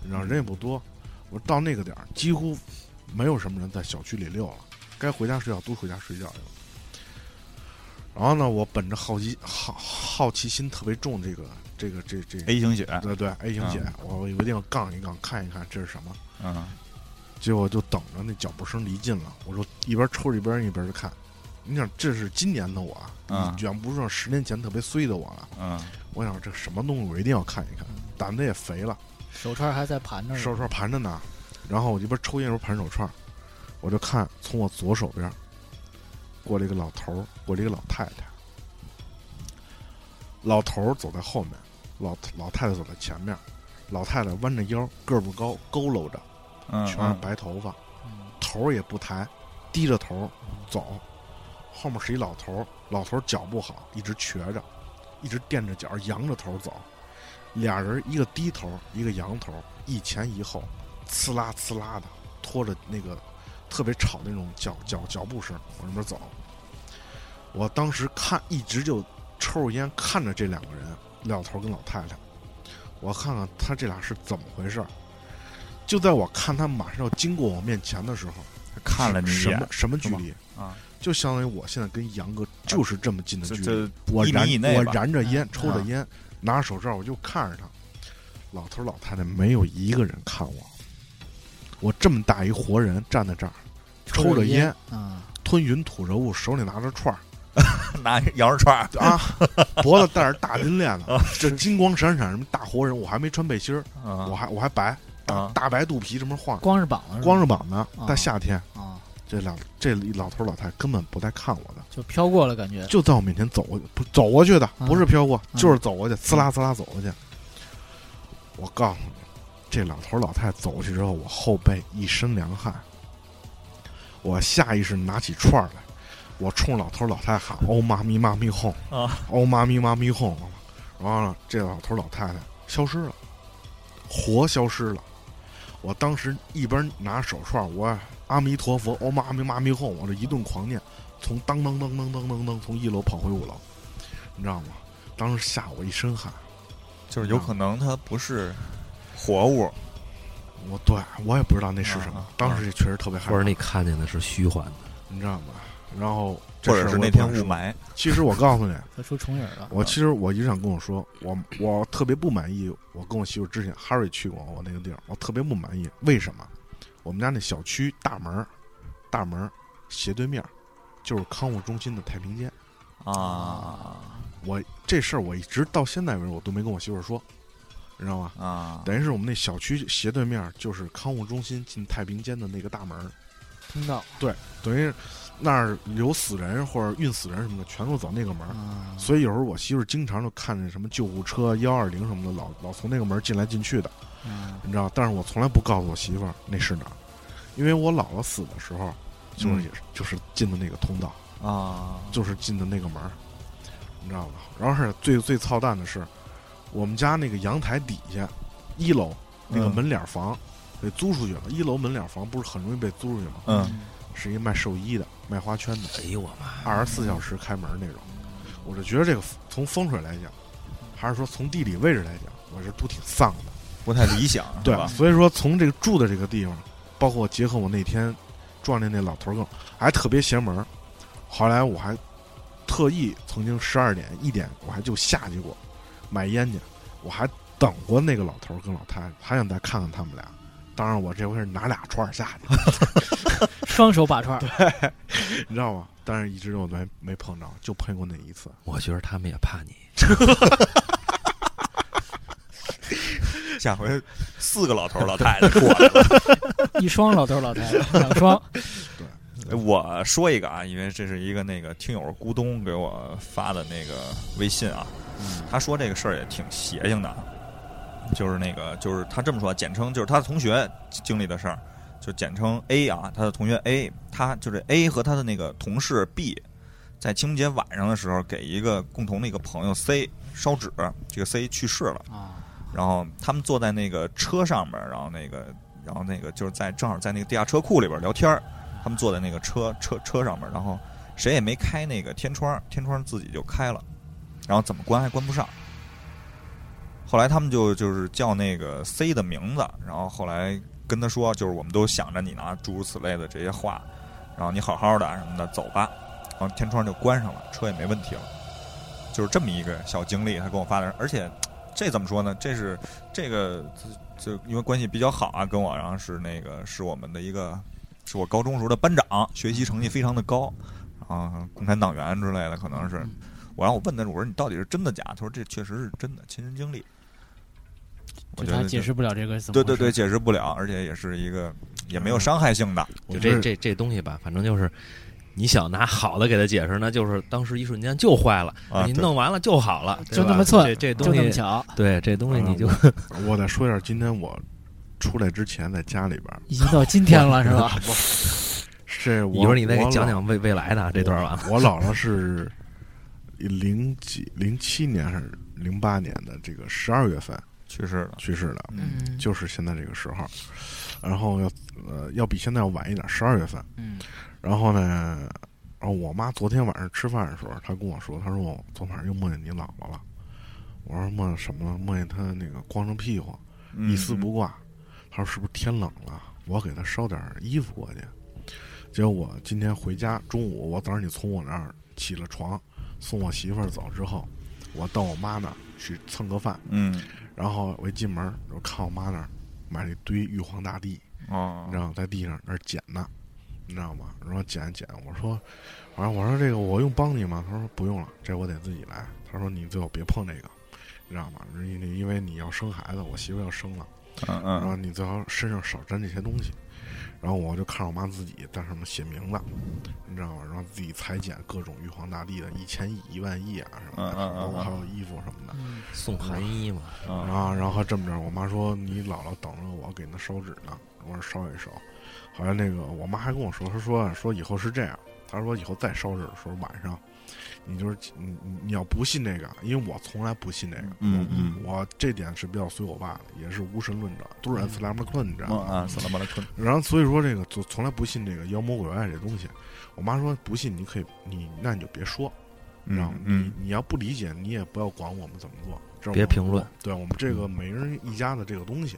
你知道人也不多。我到那个点儿，几乎没有什么人在小区里溜了，该回家睡觉都回家睡觉去了。然后呢，我本着好奇好好奇心特别重，这个这个这这
A 型血，
对对 A 型血，我我一定要杠一杠，看一看这是什么。
嗯
结果就等着那脚步声离近了，我就一边抽着一边一边就看。你想，这是今年的我啊，
嗯
远不是十年前特别衰的我了。
嗯，
我想这什么东西，我一定要看一看。胆子也肥了，
手串还在盘着呢，
手串盘着呢，然后我一边抽烟一边盘手串，我就看从我左手边过来一个老头儿，过来一个老太太。老头儿走在后面，老老太太走在前面，老太太弯着腰，个儿不高，佝偻着，
嗯
全是白头发，头儿也不抬，低着头儿走。后面是一老头儿，老头儿脚不好，一直瘸着，一直垫着脚，扬着头儿走。俩人一个低头儿，一个扬头儿，一前一后，呲啦呲啦的拖着那个特别吵的那种脚脚脚步声往那边走。我当时看一直就抽着烟看着这两个人，老头儿跟老太太，我看看他这俩是怎么回事儿。就在我看他马上要经过我面前的时候，
看了你一
什么
眼
什么距离
啊？
就相当于我现在跟杨哥就是这么近的
这
距离，
这
我
一
燃
米以内
我
吧，
燃着烟，
嗯
抽着烟，拿着手杖，我就看着他。老头老太太没有一个人看我，我这么大一活人站在这儿，抽着烟，
啊，
吞云吐着雾，手里拿着串儿
拿羊肉串儿
啊，脖子戴着大金链子， 这金光闪闪，什么大活人，我还没穿背心儿，我
啊
还我还白大
啊
大白肚皮这么晃，
光着膀子是吧，
光着膀呢
啊，
在夏天，
啊，
这老这老头老太太根本不带看我的。
就飘过了感觉，
就在我面前走过去，不走过去的，不是飘过，
嗯
就是走过去，呲啦呲啦走过去。我告诉你，这老头老太走过去之后，我后背一身凉汗，我下意识拿起串儿来，我冲老头老太喊“哦妈咪妈咪哄”，
啊，
哦妈咪妈咪哄，然后呢，这老头老太太消失了，活消失了。我当时一边拿手串儿，我阿弥陀佛，哦妈咪妈咪哄，我这一顿狂念，从当当当当当当当从一楼跑回五楼，你知道吗？当时吓我一身汗。
就是有可能它不是活物，
我对我也不知道那是什么
啊啊，
当时也确实特别
或
害
者
怕，
你看见的是虚幻的，
你知道吗？然后这
或
事
者
儿
是
我
那
也不
天
敢
雾
说。
霾嗯
其实我告诉你，
他出重影了，
我其实我一直想跟我说，我我特别不满意。我跟我媳妇之前，Harry 去过我那个地儿，我特别不满意。为什么？我们家那小区大门儿，大门儿斜对面儿就是康复中心的太平间。
啊
我这事儿我一直到现在为止我都没跟我媳妇儿说，你知道吗？
啊，
等于是我们那小区斜对面儿就是康复中心进太平间的那个大门儿，
听到
等于那儿有死人或者运死人什么的，全都走那个门儿。
啊，
所以有时候我媳妇儿经常就看见什么救护车、幺二零什么的，老老从那个门儿进来进去的，
嗯
你知道？但是我从来不告诉我媳妇儿那是哪儿，因为我姥姥死的时候，就是、
嗯
也是就是进的那个通道，
啊，
就是进的那个门儿，你知道吧？然后是最最操蛋的是，我们家那个阳台底下，一楼那个
嗯
门脸房给租出去了，一楼门脸房不是很容易被租出去吗？
嗯，
是一卖寿衣的、卖花圈的，
哎呦我妈！
二十四小时开门那种。我就觉得这个从风水来讲，还是说从地理位置来讲，我是都挺丧的。
不太理想，是
对
吧？
所以说从这个住的这个地方，包括结合我那天撞见那老头儿更，还特别邪门儿。后来我还特意曾经十二点一点我还就下去过买烟去，我还等过那个老头儿跟老太太，还想再看看他们俩。当然，我这回是拿俩串儿下去，
双手把串儿，
你知道吗？但是一直我没没碰着，就碰过那一次。
我觉得他们也怕你，
下回四个老头儿老太太过来了。
一双老头儿老太太，两双，
我说一个啊，因为这是一个那个听友咕咚给我发的那个微信啊，他说这个事儿也挺邪性的啊，就是那个就是他这么说，简称就是他的同学经历的事儿，就简称 A 啊，他的同学 A，他就是 A 和他的那个同事 B，在清明节晚上的时候给一个共同的一个朋友 C 烧纸，这个 C 去世了。
啊，
然后他们坐在那个车上面，然后那个，然后那个就是在正好在那个地下车库里边聊天儿他们坐在那个车车车上面，然后谁也没开那个天窗，天窗自己就开了，然后怎么关还关不上。后来他们就就是叫那个 C 的名字，然后后来跟他说，啊就是我们都想着你呢，诸如此类的这些话，然后你好好的什么的，走吧。然后天窗就关上了，车也没问题了。就是这么一个小经历，他跟我发的，而且这怎么说呢？这是这个就就因为关系比较好啊，跟我，然后是那个是我们的一个，是我高中时候的班长，学习成绩非常的高，啊，共产党员之类的，可能是
嗯。
我让我问他，我说你到底是真的假？他说这确实是真的亲身经历。我
就
觉
他
得
解
这
释不了这个怎
对
么回
对
事，
对，解释不了，而且也是一个也没有伤害性的。
我
就
觉
这
得
这这东西吧，反正就是你想拿好的给他解释呢，就是当时一瞬间就坏了，
哎
啊
你
对
弄完了就好了，对
就
吧
那么寸
这这
就
东
那么
西，
巧，
对这东西
啊
你就
啊我再说一下，今天我出来之前在家里边儿，
已经到今天了 是吧？
是我
一会儿你再给
我
讲
姥
讲未未来的啊这段 吧。
我姥姥是零几零七年还是零八年的这个十二月份
去世了，
去世的，
嗯，
就是现在这个时候。然后要呃要比现在要晚一点，十二月份。
嗯，
然后呢，然后我妈昨天晚上吃饭的时候，她跟我说，她说我昨晚上又梦见你姥姥了。我说梦见什么了？梦见她那个光着屁股，
嗯
一丝不挂。他说是不是天冷了？我要给他烧点衣服过去。结果我今天回家，中午我早上你从我那儿起了床，送我媳妇儿走之后，我到我妈那儿去蹭个饭，
嗯，
然后我一进门，我看我妈那儿买了一堆玉皇大帝，
哦
你知，道吗在地上那儿捡呢，你知道吗？然后捡捡，我说，反正我说这个我用帮你吗？他说不用了，这我得自己来。他说你最好别碰这个，你知道吗？因为因为你要生孩子，我媳妇要生了。
嗯
然后
嗯
你最好身上少沾这些东西。然后我就看着我妈自己在上面写名字，你知道吗？然后自己裁剪各种玉皇大帝的一千亿、一万亿啊什么的，
嗯嗯嗯
包括
嗯
还有衣服什么的。
嗯
送寒衣嘛，
然
嗯，
后，然后还这么着，我妈说你姥姥等着我给她烧纸呢，我说烧一烧。后来那个我妈还跟我说，她说啊说以后是这样，她说以后再烧纸的时候晚上，你就是你你你要不信这个，因为我从来不信这个，
嗯嗯
我这点是比较随我爸的，也是无神论者，都是斯拉姆克，你知道吗？
啊，死了吧了困，
然后所以说这个从从来不信这个妖魔鬼怪这东西。我妈说不信你可以，你那你就别说，你知道吗？
嗯
你你要不理解，你也不要管我们怎么做，这是
别
我们
评论。嗯
对我们这个每人一家的这个东西。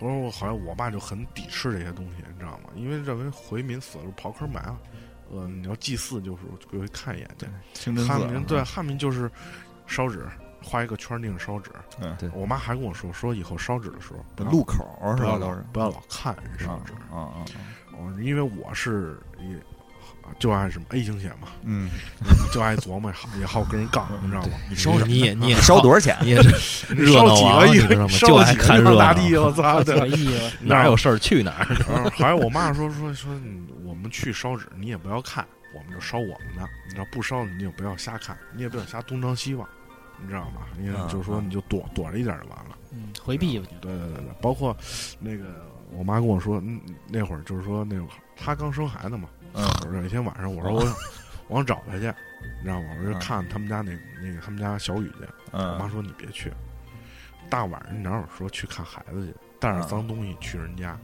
我说我好像我爸就很抵制这些东西，你知道吗？因为认为回民死了刨坑埋了，呃，你要祭祀就是就会看一眼去。
清真
汉
寺啊
民对啊汉民就是烧纸，画一个圈儿定烧纸。
嗯
对
我妈还跟我说，说以后烧纸的时候不要
路口是
不
吧？
要
都
老
是
不要老看人烧
啊
纸。
啊啊，
我哦因为我是也就爱什么 A 型血嘛，
嗯，
就爱琢磨，也好跟人杠，你知道吗？
你
烧什
嗯
么
你也你也
嗯烧多少钱？
你也是热闹王，
几
你
个
知道
亿，
吗？就
烧
爱
几
看
个
热
亿
闹
大，帝，我操！
这个
对，
意义了，
哪有事儿去哪儿？
然后还有我妈说说说，你我们去烧纸，你也不要看，我们就烧我们的，你知道不烧你就不要瞎看，你也不要瞎东张西望，你知道吗？你
啊
嗯
就是说
嗯
你就躲躲着一点就完了。
嗯，回避我觉得
对对对对，包括那个我妈跟我说，嗯那会儿就是说那会儿她刚生孩子嘛，
嗯
我说有一天晚上，我说我想我想找他去，你知道吗？我说看他们家那那个他们家小雨去。我妈
嗯
说你别去，大晚上哪有说去看孩子去，带着
嗯
脏东西去人家，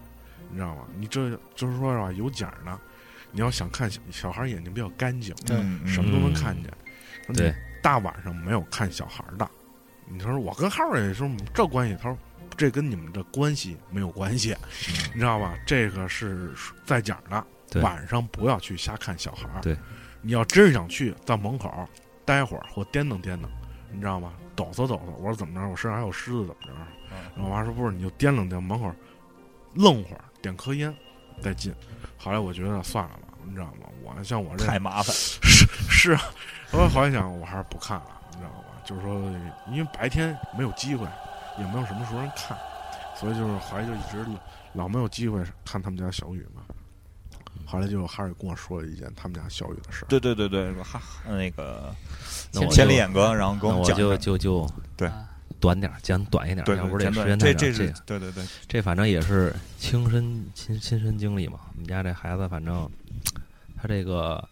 你知道吗？你这就是说吧，有奖呢。你要想看小小孩眼睛比较干净，
嗯，
什么都能看见。说你
对，
大晚上没有看小孩的。你说我跟浩儿也说这关系，他说这跟你们的关系没有关系，你知道吧？这个是在讲的，
对
晚上不要去瞎看小孩儿。
对，
你要真是想去，在门口待会儿或颠腾颠腾，你知道吗？抖擞抖擞，我说怎么着？我身上还有虱子，怎么着？
嗯
然后我妈说不是，你就颠楞颠门口，愣会儿，点颗烟，再进。后来我觉得算了吧，你知道吗？我像我这
太麻烦，
是是啊，我后来想，我还是不看了，你知道吧？就是说，因为白天没有机会，也没有什么时候能看，所以就是后来就一直老没有机会看他们家小雨嘛。后来就哈尔跟我说了一件他们家小雨的事儿，
对对对对，哈，那个
那我就
千里眼哥，然后给
那
我们
我
讲一
就
下，
就就
对
啊
短点儿，讲短一点儿，
对，
要不
对
这
前
时
段
间
这
太长。
这
这
是
个
对对对，
这反正也是亲身亲亲身经历嘛。我们家这孩子，反正他这个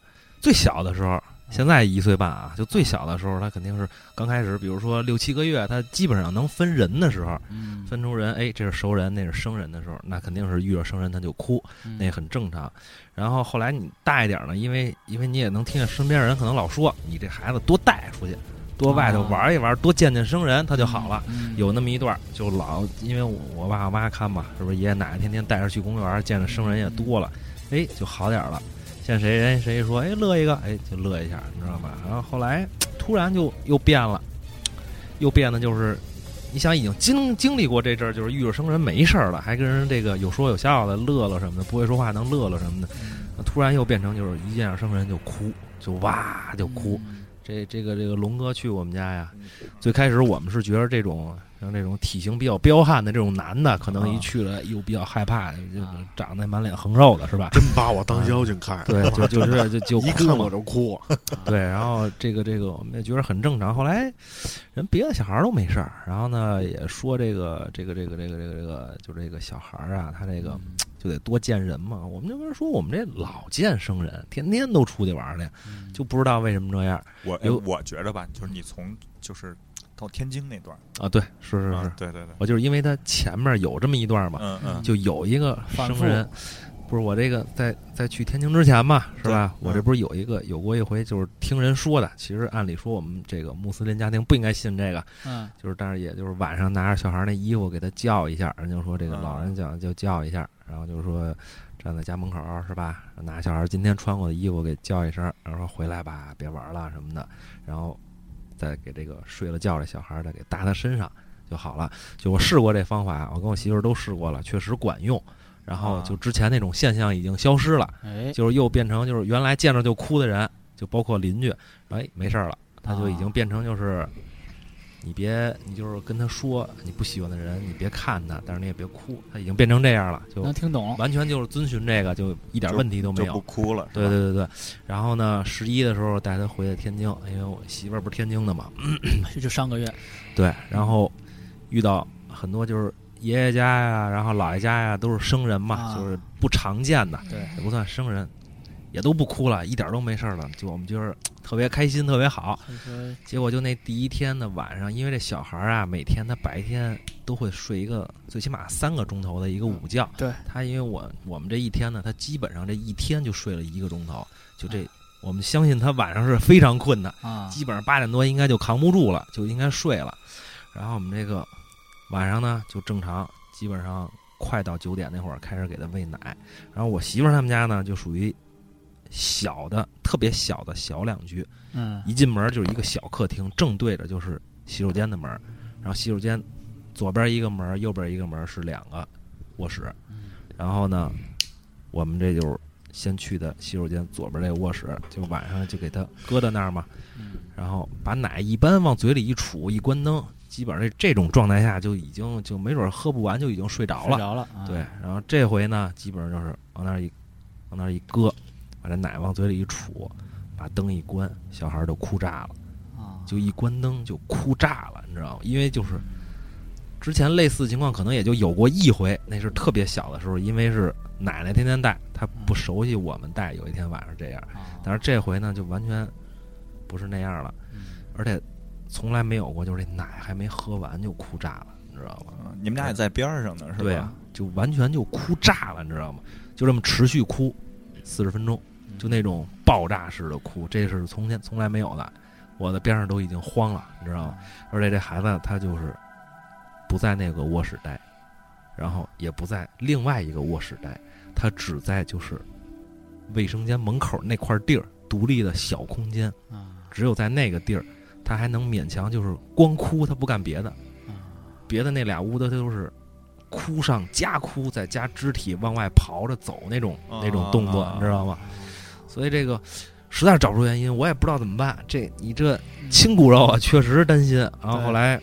最小的时候，现在一岁半啊，就最小的时候，他肯定是刚开始，比如说六七个月，他基本上能分人的时候，
嗯，
分出人，哎，这是熟人，那是生人的时候，那肯定是遇着生人他就哭，
嗯
那很正常。然后后来你大一点呢，因为因为你也能听见身边人可能老说你这孩子多带出去，多外头
啊
玩一玩，多见见生人，他就好了。，
嗯
有那么一段儿，就老因为我我爸我妈看嘛，是不是爷爷奶奶天天带着去公园儿，见着生人也多了，哎，就好点儿了。见谁人谁说，哎，乐一个，哎，就乐一下，你知道吧？然后后来突然就又变了，又变得就是，你想已经经经历过这阵儿，就是遇着生人没事儿了，还跟人这个有说有笑的，乐乐什么的，不会说话能乐乐什么的，那突然又变成就是一见着生人就哭，就哇就哭。，
嗯
这这个这个龙哥去我们家呀，最开始我们是觉得这种像这种体型比较彪悍的这种男的，可能一
啊
去了又比较害怕，就
啊
长得满脸横肉的是 吧？
真把我当妖精看，
对，就就这就就哭
一哎看
嘛
我就 哭。
对，然后这个这个我们也觉得很正常。后来人别的小孩儿都没事儿，然后呢也说这个这个这个这个这个这个就这个小孩儿啊，他这个
嗯
就得多见人嘛。我们这边说我们这老见生人，天天都出去玩儿去，
嗯
就不知道为什么这样
我哎
有
我觉着吧，就是你从就是到天津那段儿，
啊。对，是是是
啊，，对对对，
我就是因为他前面有这么一段嘛，
嗯嗯，
就有一个
反
生
复
人，不是我这个在在去天津之前嘛，是吧？
对
我这不是有一个有过一回，就是听人说的。其实按理说我们这个穆斯林家庭不应该信这个，
嗯
就是但是也就是晚上拿着小孩那衣服给他叫一下，人就说这个
嗯
老人讲就叫一下，然后就说站在家门口是吧？拿小孩今天穿过的衣服给叫一声，然后说回来吧，别玩了什么的，然后再给这个睡了觉的小孩再给搭他身上就好了。就我试过这方法，我跟我媳妇儿都试过了，确实管用。然后
啊
就之前那种现象已经消失了，
哎，
就是又变成就是原来见着就哭的人，就包括邻居，哎，没事儿了，他就已经变成就是，你别你就是跟他说你不喜欢的人，你别看他，但是你也别哭，他已经变成这样了，就
能听懂，
完全就是遵循这个，就一点问题都没
就
有
不。哭了，是
对
吧，
对对对，然后呢，十一的时候带他回的天津，因为我媳妇儿不是天津的嘛，
就就上个月，
对，然后遇到很多就是爷爷家呀，然后姥爷家呀，都是生人嘛，
啊
就是不常见的，
对，
也不算生人，也都不哭了，一点儿都没事儿了，就我们就是特别开心，特别好。
所以说
结果就那第一天的晚上，因为这小孩儿啊，每天他白天都会睡一个最起码三个钟头的一个午觉，
对
他因为我我们这一天呢，他基本上这一天就睡了一个钟头，就这。我们相信他晚上是非常困的，
啊，
基本上八点多应该就扛不住了，就应该睡了。然后我们这个晚上呢就正常，基本上快到九点那会儿开始给他喂奶。然后我媳妇儿他们家呢就属于小的，特别小的小两居，
嗯
一进门就是一个小客厅，正对着就是洗手间的门儿。然后洗手间左边一个门儿，右边一个门儿是两个卧室。
嗯
然后呢，我们这就是先去的洗手间左边这个卧室，就晚上就给他搁到那儿嘛。
嗯
然后把奶一般往嘴里一杵，一关灯，基本上这这种状态下就已经就没准儿喝不完就已经睡着
睡
了。
着了，啊
对，，然后这回呢，基本上就是往那儿一往那儿一搁，把这奶往嘴里一杵，把灯一关，小孩儿就哭炸了，
啊，
就一关灯就哭炸了，你知道吗？因为就是之前类似情况可能也就有过一回，那是特别小的时候，因为是奶奶天天带，她不熟悉我们带，有一天晚上这样，
啊
但是这回呢就完全不是那样了。
嗯
而且从来没有过，就是这奶还没喝完就哭炸了，你知道吗？
嗯你们俩也在边儿上呢，是吧？
对啊，就完全就哭炸了，你知道吗？就这么持续哭四十分钟，
嗯
就那种爆炸式的哭，这是从前从来没有的。我的边上都已经慌了，你知道吗？
啊
而且这孩子他就是不在那个卧室待，然后也不在另外一个卧室待，他只在就是卫生间门口那块地儿独立的小空间。
啊
只有在那个地儿，他还能勉强就是光哭，他不干别的，
啊
别的那俩屋子他都是哭上加哭，再加肢体往外刨着走那种
啊
那种动作
啊，
你知道吗？所以这个实在是找不出原因，我也不知道怎么办。这你这亲骨肉啊，确实担心。然后
对
后来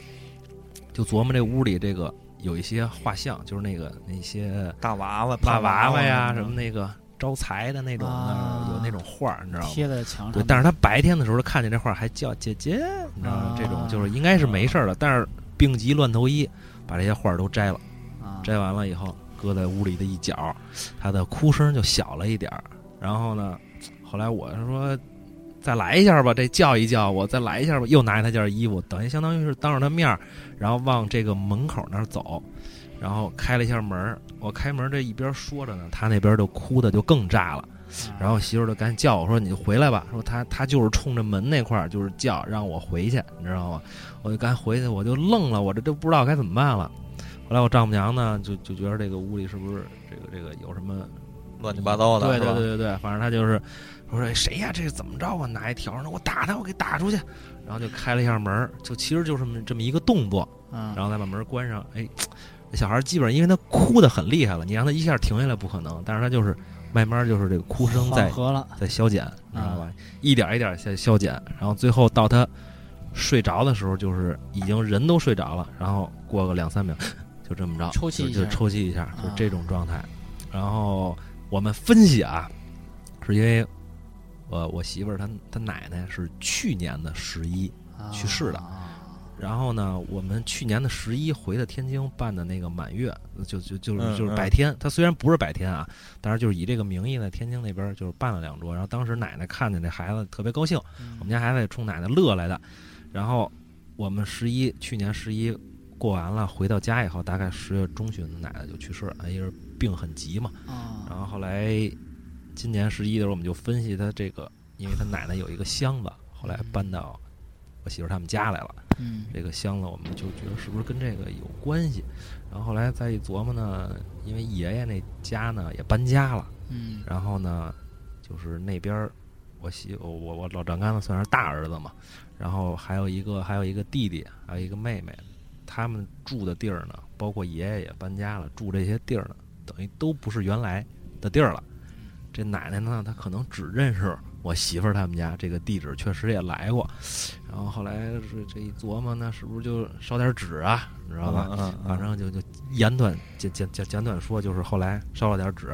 就琢磨这屋里这个。有一些画像，就是那个那些
大娃娃、
蜡娃
娃
娃呀，
什
什么
么
那个招财的那种
啊
的，有那种画儿，你知道吗？
贴在墙
对，
上。
但是他白天的时候看见这画儿还叫姐姐，你知道吗？这种就是应该是没事儿了，但是病急乱投医，把这些画儿都摘了，
啊，
摘完了以后搁在屋里的一角，他的哭声就小了一点儿。然后呢，后来我是说再来一下吧，这叫一叫我再来一下吧，又拿起他件衣服，等于相当于是当着他面儿，然后往这个门口那儿走，然后开了一下门儿。我开门这一边说着呢，他那边就哭的就更炸了。
啊
然后媳妇儿就赶紧叫我说：“你回来吧。”说他他就是冲着门那块儿就是叫让我回去，你知道吗？我就赶紧回去，我就愣了，我这都不知道该怎么办了。后来我丈母娘呢，就就觉得这个屋里是不是这个这个有什么
乱七八糟的，
对
是
对
吧
对对对，反正他就是我说哎谁呀、这是怎么着啊？拿一条呢，我打他，我给打出去。然后就开了一下门儿，就其实就是这么这么一个动作，
嗯，
然后再把门关上。哎，这小孩儿基本上因为他哭的很厉害了，你让他一下停下来不可能，但是他就是慢慢就是这个哭声在
缓和了，
在消减，
嗯
你知道吧？一点儿一点儿在消减，然后最后到他睡着的时候，就是已经人都睡着了，然后过个两三秒，就这么着，
抽泣一
就
下
就抽泣一下，就
啊
这种状态。然后我们分析啊，是因为我我媳妇儿她她奶奶是去年的十一，
啊
去世了
啊
然后呢，我们去年的十一回的天津办的那个满月，就就就是
嗯
就是
嗯
百天。他虽然不是百天啊，但是就是以这个名义呢，天津那边就是办了两桌。然后当时奶奶看见这孩子特别高兴，
嗯
我们家孩子也冲奶奶乐来的。然后我们十一去年十一过完了，回到家以后，大概十月中旬，奶奶就去世了，因为病很急嘛。
嗯
啊
然后后来今年十一的时候，我们就分析他这个，因为他奶奶有一个箱子，后来搬到我媳妇儿他们家来了。
嗯
这个箱子，我们就觉得是不是跟这个有关系？然后后来再一琢磨呢，因为爷爷那家呢也搬家了，
嗯
然后呢，就是那边儿我媳我我我老丈杆子算是大儿子嘛，然后还有一个还有一个弟弟，还有一个妹妹，他们住的地儿呢，包括爷爷也搬家了，住这些地儿呢，等于都不是原来的地儿了。这奶奶呢，她可能只认识我媳妇儿他们家这个地址，确实也来过。然后后来这这一琢磨呢，是不是就烧点纸啊，你知道吧？
嗯嗯，
反啊正就就简短简简简简短说，就是后来烧了点纸，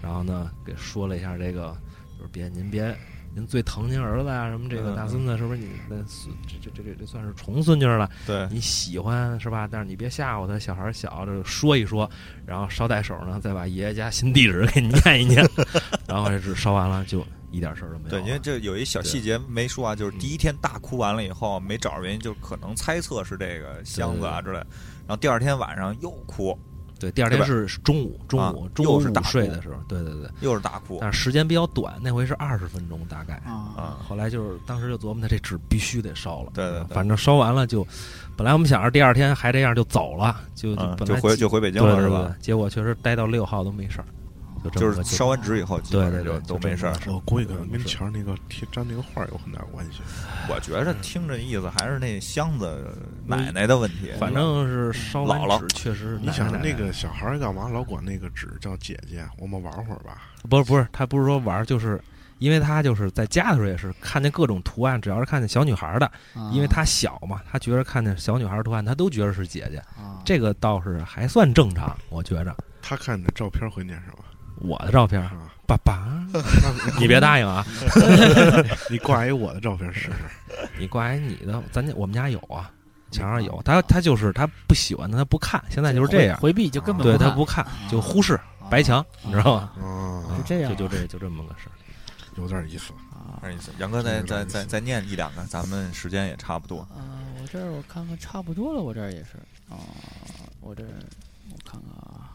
然后呢给说了一下这个，就是别您别您最疼您儿子啊什么这
嗯
个
嗯
大孙子是不是你那孙这这这这这算是重孙女了？
对，
你喜欢是吧？但是你别吓唬他，小孩儿小，这说一说，然后捎带手呢再把爷爷家新地址给念一念， 然后这纸烧完了就一点事儿都没有
对，
了。嗯
因为这有一小细节没说啊，就是第一天大哭完了以后没找着原因，就可能猜测是这个箱子啊之类的。然后第二天晚上又哭，
对第二天
对吧
是中午，中
啊
午中
又
午
是
午
大
睡
哭
的时候，对对对，
又是大哭
但是时间比较短，那回是二十分钟大概。
啊
啊，
后来就是当时就琢磨着这纸必须得烧了，
对对对
反正烧完了就，本来我们想着第二天还这样就走了，就
嗯
本
就
来
回
计
就回北京
对
了
对
是
对
吧？，
结果确实待到六号都没事儿，就这
就
么
是
个
烧完纸以后，基本
对
上
对对
就都
就这
没事儿
么。
我估计可能跟前儿那个贴粘那个画儿有很大关系。
我觉
嗯
着听这意思还是那箱子奶奶的问题，
反正是烧完
老了
纸确实
你
奶
想
奶
那个小孩儿干嘛老管那个纸叫姐姐？我们玩会儿吧。
不是不是，他不是说玩儿，就是因为他就是在家的时候也是看见各种图案，只要是看见小女孩儿的，
啊
因为他小嘛，他觉得看见小女孩儿图案，他都觉得是姐姐，
嗯
啊
这个倒是还算正常，我觉着。
他看你的照片儿会念什么？
我的照片儿，
啊，
爸爸， 你别答应啊！
你挂一我的照片儿试 试。
你挂一你的，咱家我们家有啊，墙上有。他他就是他不喜欢的，他不看。现在就是这样，
回避就根本啊
对他
看
不看就忽视白墙，你知道吗？
啊
是，这样
就就这就这么个事儿。
有点意思。
啊
二意思。杨哥再再再再念一两个，咱们时间也差不多。
啊，我这儿我看看差不多了，我这儿也是啊，我这儿我看看啊。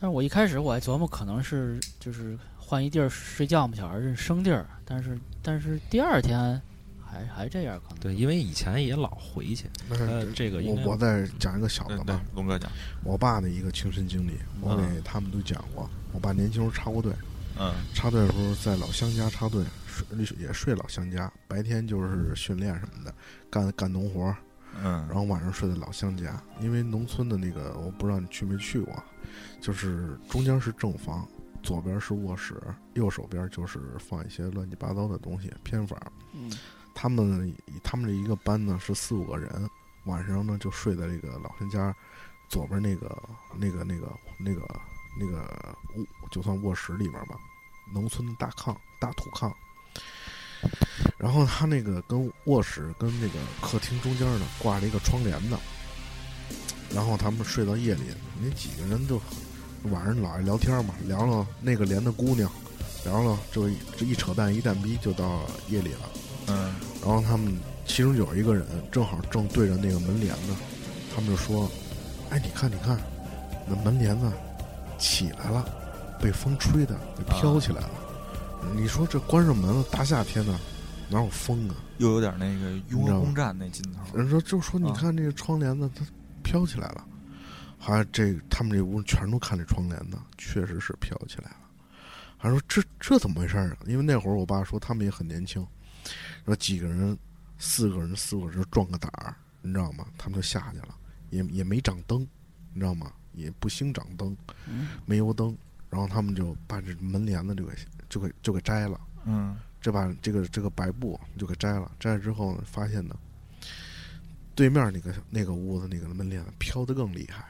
但是我一开始我还琢磨可能是就是换一地儿睡觉嘛，小孩儿是生地儿，但是但是第二天还还这样可能。
对，因为以前也老回去，
那
呃，这个应
我
该嗯
我再讲一个小
对
的
对
吧，，
龙哥讲，
我爸的一个亲身经历，我给他们都讲过。我爸年轻时候插过队，
嗯
插队的时候在老乡家插队，睡也睡老乡家，白天就是训练什么的，干干农活儿，
嗯
然，后晚上睡在老乡家，因为农村的那个我不知道你去没去过，就是中间是正房，左边是卧室，右手边就是放一些乱七八糟的东西偏房。
嗯
他们他们这一个班呢是四五个人，晚上呢就睡在这个老陈家左边那个那个那个那个那个卧，就算卧室里面吧，农村的大炕大土炕。然后他那个跟卧室跟那个客厅中间呢挂了一个窗帘子，然后他们睡到夜里，那几个人就晚上老爱聊天嘛，聊聊那个连的姑娘，聊聊就一这一扯淡一蛋逼就到夜里了。
嗯
然后他们其中有一个人正好正对着那个门帘子，他们就说：“哎，你看，你看，那门帘子起来了，被风吹的，给飘起来了。你说这关上门了，大夏天的哪有风啊？
又有点那个雍和宫站那劲头儿。
人说就说你看这个窗帘子，它飘起来了。还这他们这屋全都看这窗帘子，确实是飘起来了。还说这这怎么回事儿啊？因为那会儿我爸说他们也很年轻，说几个人，四个人四个人撞个胆儿，你知道吗？他们就下去了，也也没长灯，你知道吗？也不兴长灯，煤油灯。然后他们就把这门帘子就给就给就给摘了。
嗯
这把这个这个白布就给摘了，摘了之后呢，发现呢，对面那个那个屋子那个门帘子飘得更厉害，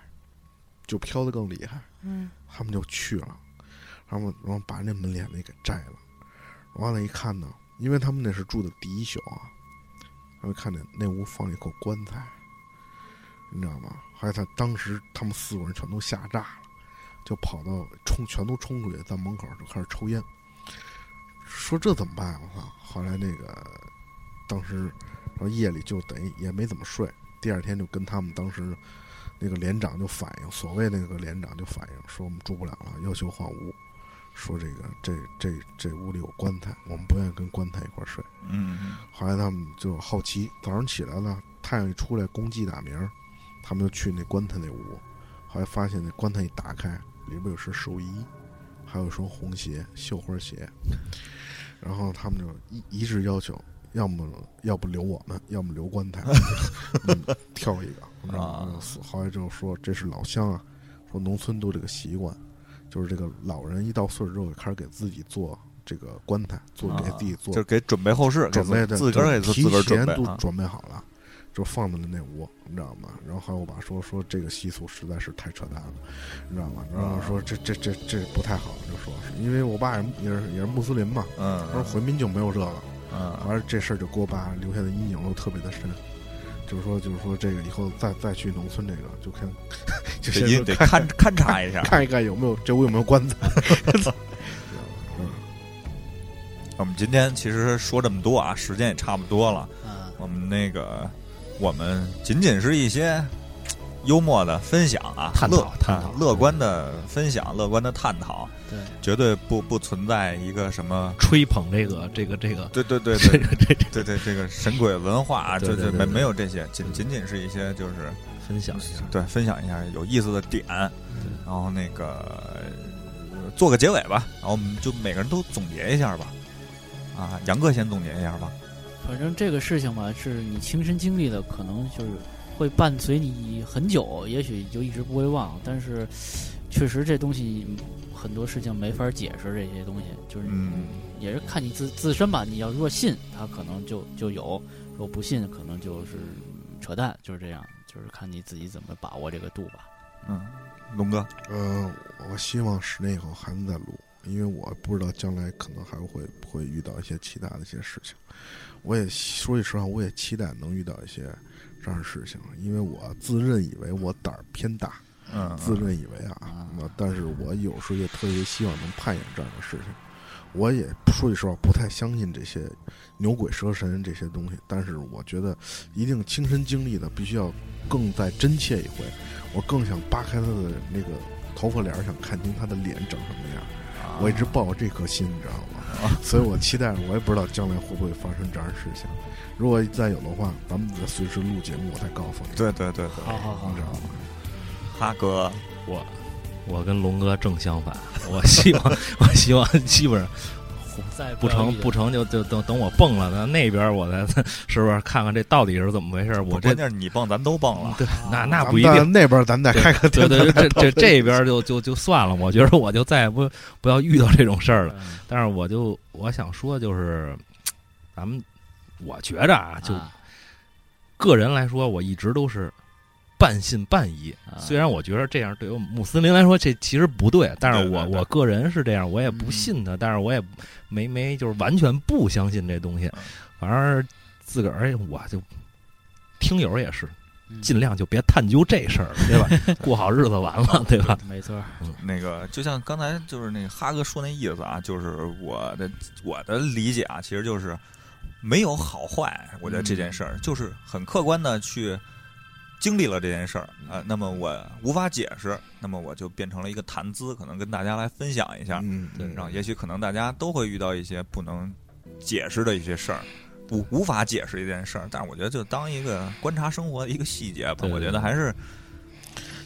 就飘得更厉害。
嗯，
他们就去了，他们然后把那门帘子给摘了，完了，一看呢，因为他们那是住的第一宿啊，他们看见那屋放了一口棺材，你知道吗？还有他当时他们四个人全都吓炸了，就跑到冲全都冲出去，在门口就开始抽烟，说这怎么办啊？我操！后来那个当时，然后夜里就等于也没怎么睡，第二天就跟他们当时那个连长就反映，所谓那个连长就反映说我们住不了了，要求换屋，说这个这这这屋里有棺材，我们不愿意跟棺材一块儿睡。
嗯
后来他们就好奇，早上起来了，太阳一出来，公鸡打鸣儿，他们就去那棺材那屋，后来发现那棺材一打开，里边有身寿衣，还有一双红鞋，绣花鞋，然后他们就一一致要求，要么要不留我们，要么留棺材，嗯挑一个，你知道吗？死后来就说这是老乡啊，说农村都这个习惯，就是这个老人一到岁数之后，开始给自己做这个棺材，做给自己做
就是给准备后事，给
准备的
自自个儿给自
就提
自个儿
前
准备
都
啊。
准备好了，就放在了那屋，你知道吗？然后后来我爸说说这个习俗实在是太扯淡了，你知道吗？然后说
啊
这这这这不太好，就说是因为我爸也也是也是穆斯林嘛，
嗯
他说回民就没有这个，
嗯
完了这事儿就给我爸留下的阴影都特别的深。就是说，就是说，这个以后再再去农村，这个就看， 就
得
先
因
说
得
看
勘勘察一下。
看一看有没有这屋有没有棺材。
我们今天其实说这么多啊，时间也差不多了。
啊，
我们那个，我们仅仅是一些幽默的分享啊，
探讨
乐
探讨
乐观的分享，乐观的探讨，
对，
绝对不不存在一个什么。
吹捧这个这个这个
对对对
这
对
个这个
对对，这个神鬼文化啊，
对
就
对
就
对
没
对
没有这些，仅仅仅是一些就是
分享一下，
对分享一下有意思的点，然后那个呃做个结尾吧，然后我们就每个人都总结一下吧。啊，杨哥先总结一下吧。
反正这个事情吧，是你亲身经历的，可能就是会伴随你很久，也许就一直不会忘。但是，确实这东西很多事情没法解释，这些东西就是你
嗯
也是看你自自身吧。你要如果信，它可能就就有；如果不信，可能就是扯淡，就是这样，就是看你自己怎么把握这个度吧。
嗯，龙哥，
呃，我希望十年以后还能再录，因为我不知道将来可能还会不会遇到一些其他的一些事情。我也说句实话，我也期待能遇到一些这样的事情，因为我自认以为我胆儿偏大，
嗯，
自认以为啊，我但是我有时候也特别希望能攀岩这样的事情。我也说句实话，不太相信这些牛鬼蛇神这些东西，但是我觉得一定亲身经历的，必须要更再真切一回。我更想扒开他的那个头发帘儿，想看清他的脸长什么样。
啊
啊
我一直抱有这颗心，你知道吗？所以我期待，我也不知道将来会不会发生这样的事情。如果再有的话，咱们再随时录节目，我再告诉你。
对对对对，
好好
你知
啊
道吗？
哈哥，
我我跟龙哥正相反，我希望我希望基本上
再
不成不成就就等等我蹦了，那那边我再是不是看看这到底是怎么回事？我这
关键是你蹦，咱都蹦了。
对那那
咱
不一
们
定
到，那边咱们再 开个
对对，对这这
对
这边就就就算了，我觉得我就再也不不要遇到这种事儿了。
嗯
但是我就我想说，就是咱们我觉着啊，就
啊
啊
个人来说，我一直都是半信半疑。
啊
虽然我觉得这样对于穆斯林来说这其实不对，但是
对对
我
对
我个人是这样，我也不
嗯
信他，但是我也没没就是完全不相信这东西
嗯。
反正自个儿哎我就听友也是，
嗯
尽量就别探究这事儿，对 吧？过好日子完了，对吧？
嗯没错儿，
那个就像刚才就是那个哈哥说那意思啊，就是我的我的理解啊，其实就是没有好坏，我觉得这
嗯
件事儿、就是很客观的去经历了这件事儿啊、呃那么我无法解释，那么我就变成了一个谈资，可能跟大家来分享一下，
嗯，
对
然后也许可能大家都会遇到一些不能解释的一些事儿。无无法解释一件事儿，但是我觉得就当一个观察生活的一个细节吧。
对
我觉
对
得还是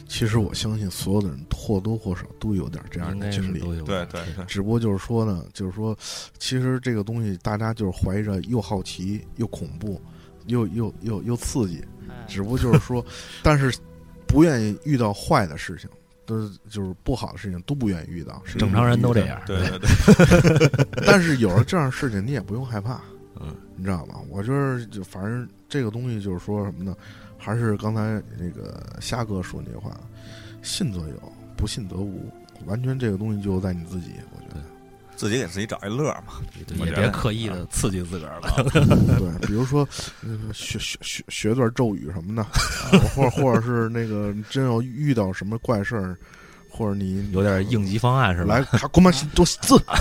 其实我相信所有的人或多或少都有点这样
应
的
该是
经历，
都有
对对对，
只不过就是说呢，就是说，其实这个东西大家就是怀着又好奇又恐怖，又又又又刺激，
哎
哎
只不过就 是说，但是不愿意遇到坏的事情，都是就是不好的事情都不愿意遇到，
正常人都这样。
对对对，
但是有了这样的事情，你也不用害怕，
嗯，
你知道吗？我就是就反正这个东西就是说什么呢？还是刚才那个虾哥说那句话，信则有，不信则无，完全这个东西就在你自己，我觉得。
自己给自己找一乐儿嘛。
对
我
也
觉
别
得
刻意的刺激自个儿了。
对， 比如说嗯学学学学段咒语什 么的，或或者是那个真要遇到什么怪事儿，或者你
有点 应急方案是吧？
来，他滚吧，多字，
啊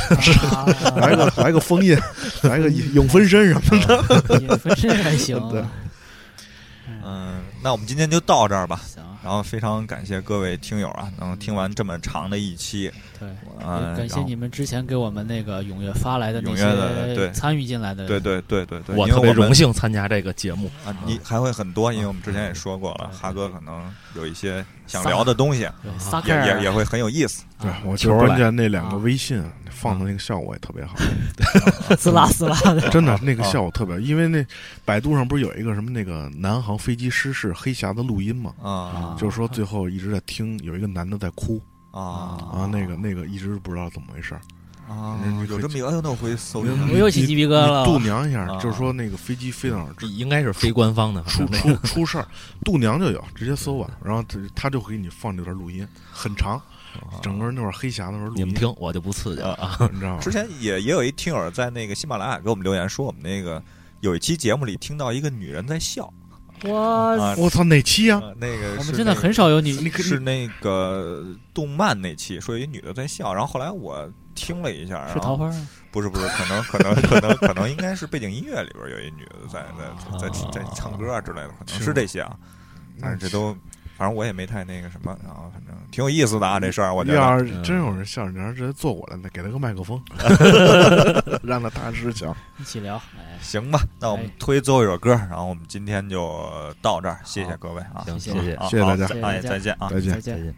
来个来个封印，来 个影分身什么的。
也不是还行啊，
嗯，那我们今天就到这儿吧。
行啊，
然后非常感谢各位听友啊，能听完这么长的一期，
对，
嗯，
呃感谢你们之前给我们那个踊跃发来的那
踊跃的
些
对
参与进来的，
然后。对对对对对，
我
因
特
为
别
我们
荣幸参加这个节目，
啊，你还会很多，因为我们之前也说过了，哈哥可能有一些想聊的东西，
对，撒
也
开儿
也也会很有意思。
对，我
球
觉得
儿
关
来
键那两个微信放的那个效果也特别好，
滋啦滋啦的，
真的那个效果特别，因为那百度上不是有一个什么那个南航飞机失事黑匣子录音嘛，
啊
就是说最后一直在听，有一个男的在哭
啊
啊，那个那个一直不知道怎么回事儿，
啊
那你！
有
可以
这么一个，哎呦，那我回去搜一
我又起鸡皮疙瘩了
你度娘一下
啊，
就是说那个飞机飞到哪儿之
应该是非官方的，
出出出事儿，度娘就有，直接搜吧，然后他他就给你放这段录音，很长，整个那会儿黑匣子那会儿录
你
音，
们听，我就不刺激了啊。
你知道吗
之？前也也有一听友在那个喜马拉雅给我们留言说，我们那个有一期节目里听到一个女人在笑
哇，
啊，
我操，哪期呀？
啊那个
我
是
们真的
那个
很少有女，
是那个动漫那期，说有一女的在笑，然后后来我听了一下，然
是
后
桃花儿，啊
不是不是，可能可能可能可能应该是背景音乐里边有一女的在在在在唱歌啊之类的，可能是这些啊，但是这都反正我也没太那个什么，然后反正挺有意思的啊，这事儿我觉
嗯
得。
要是真有人像你要是直接坐我来，给他个麦克风，让他大师讲。
一起聊，哎，
行吧，那我们
哎
推最后一首歌，然后我们今天就到这儿，谢谢各位啊，
行，
谢
谢
谢
谢。
呃
啊
谢谢大家
好哎，
谢谢大家
再见啊，
再见
再见。
见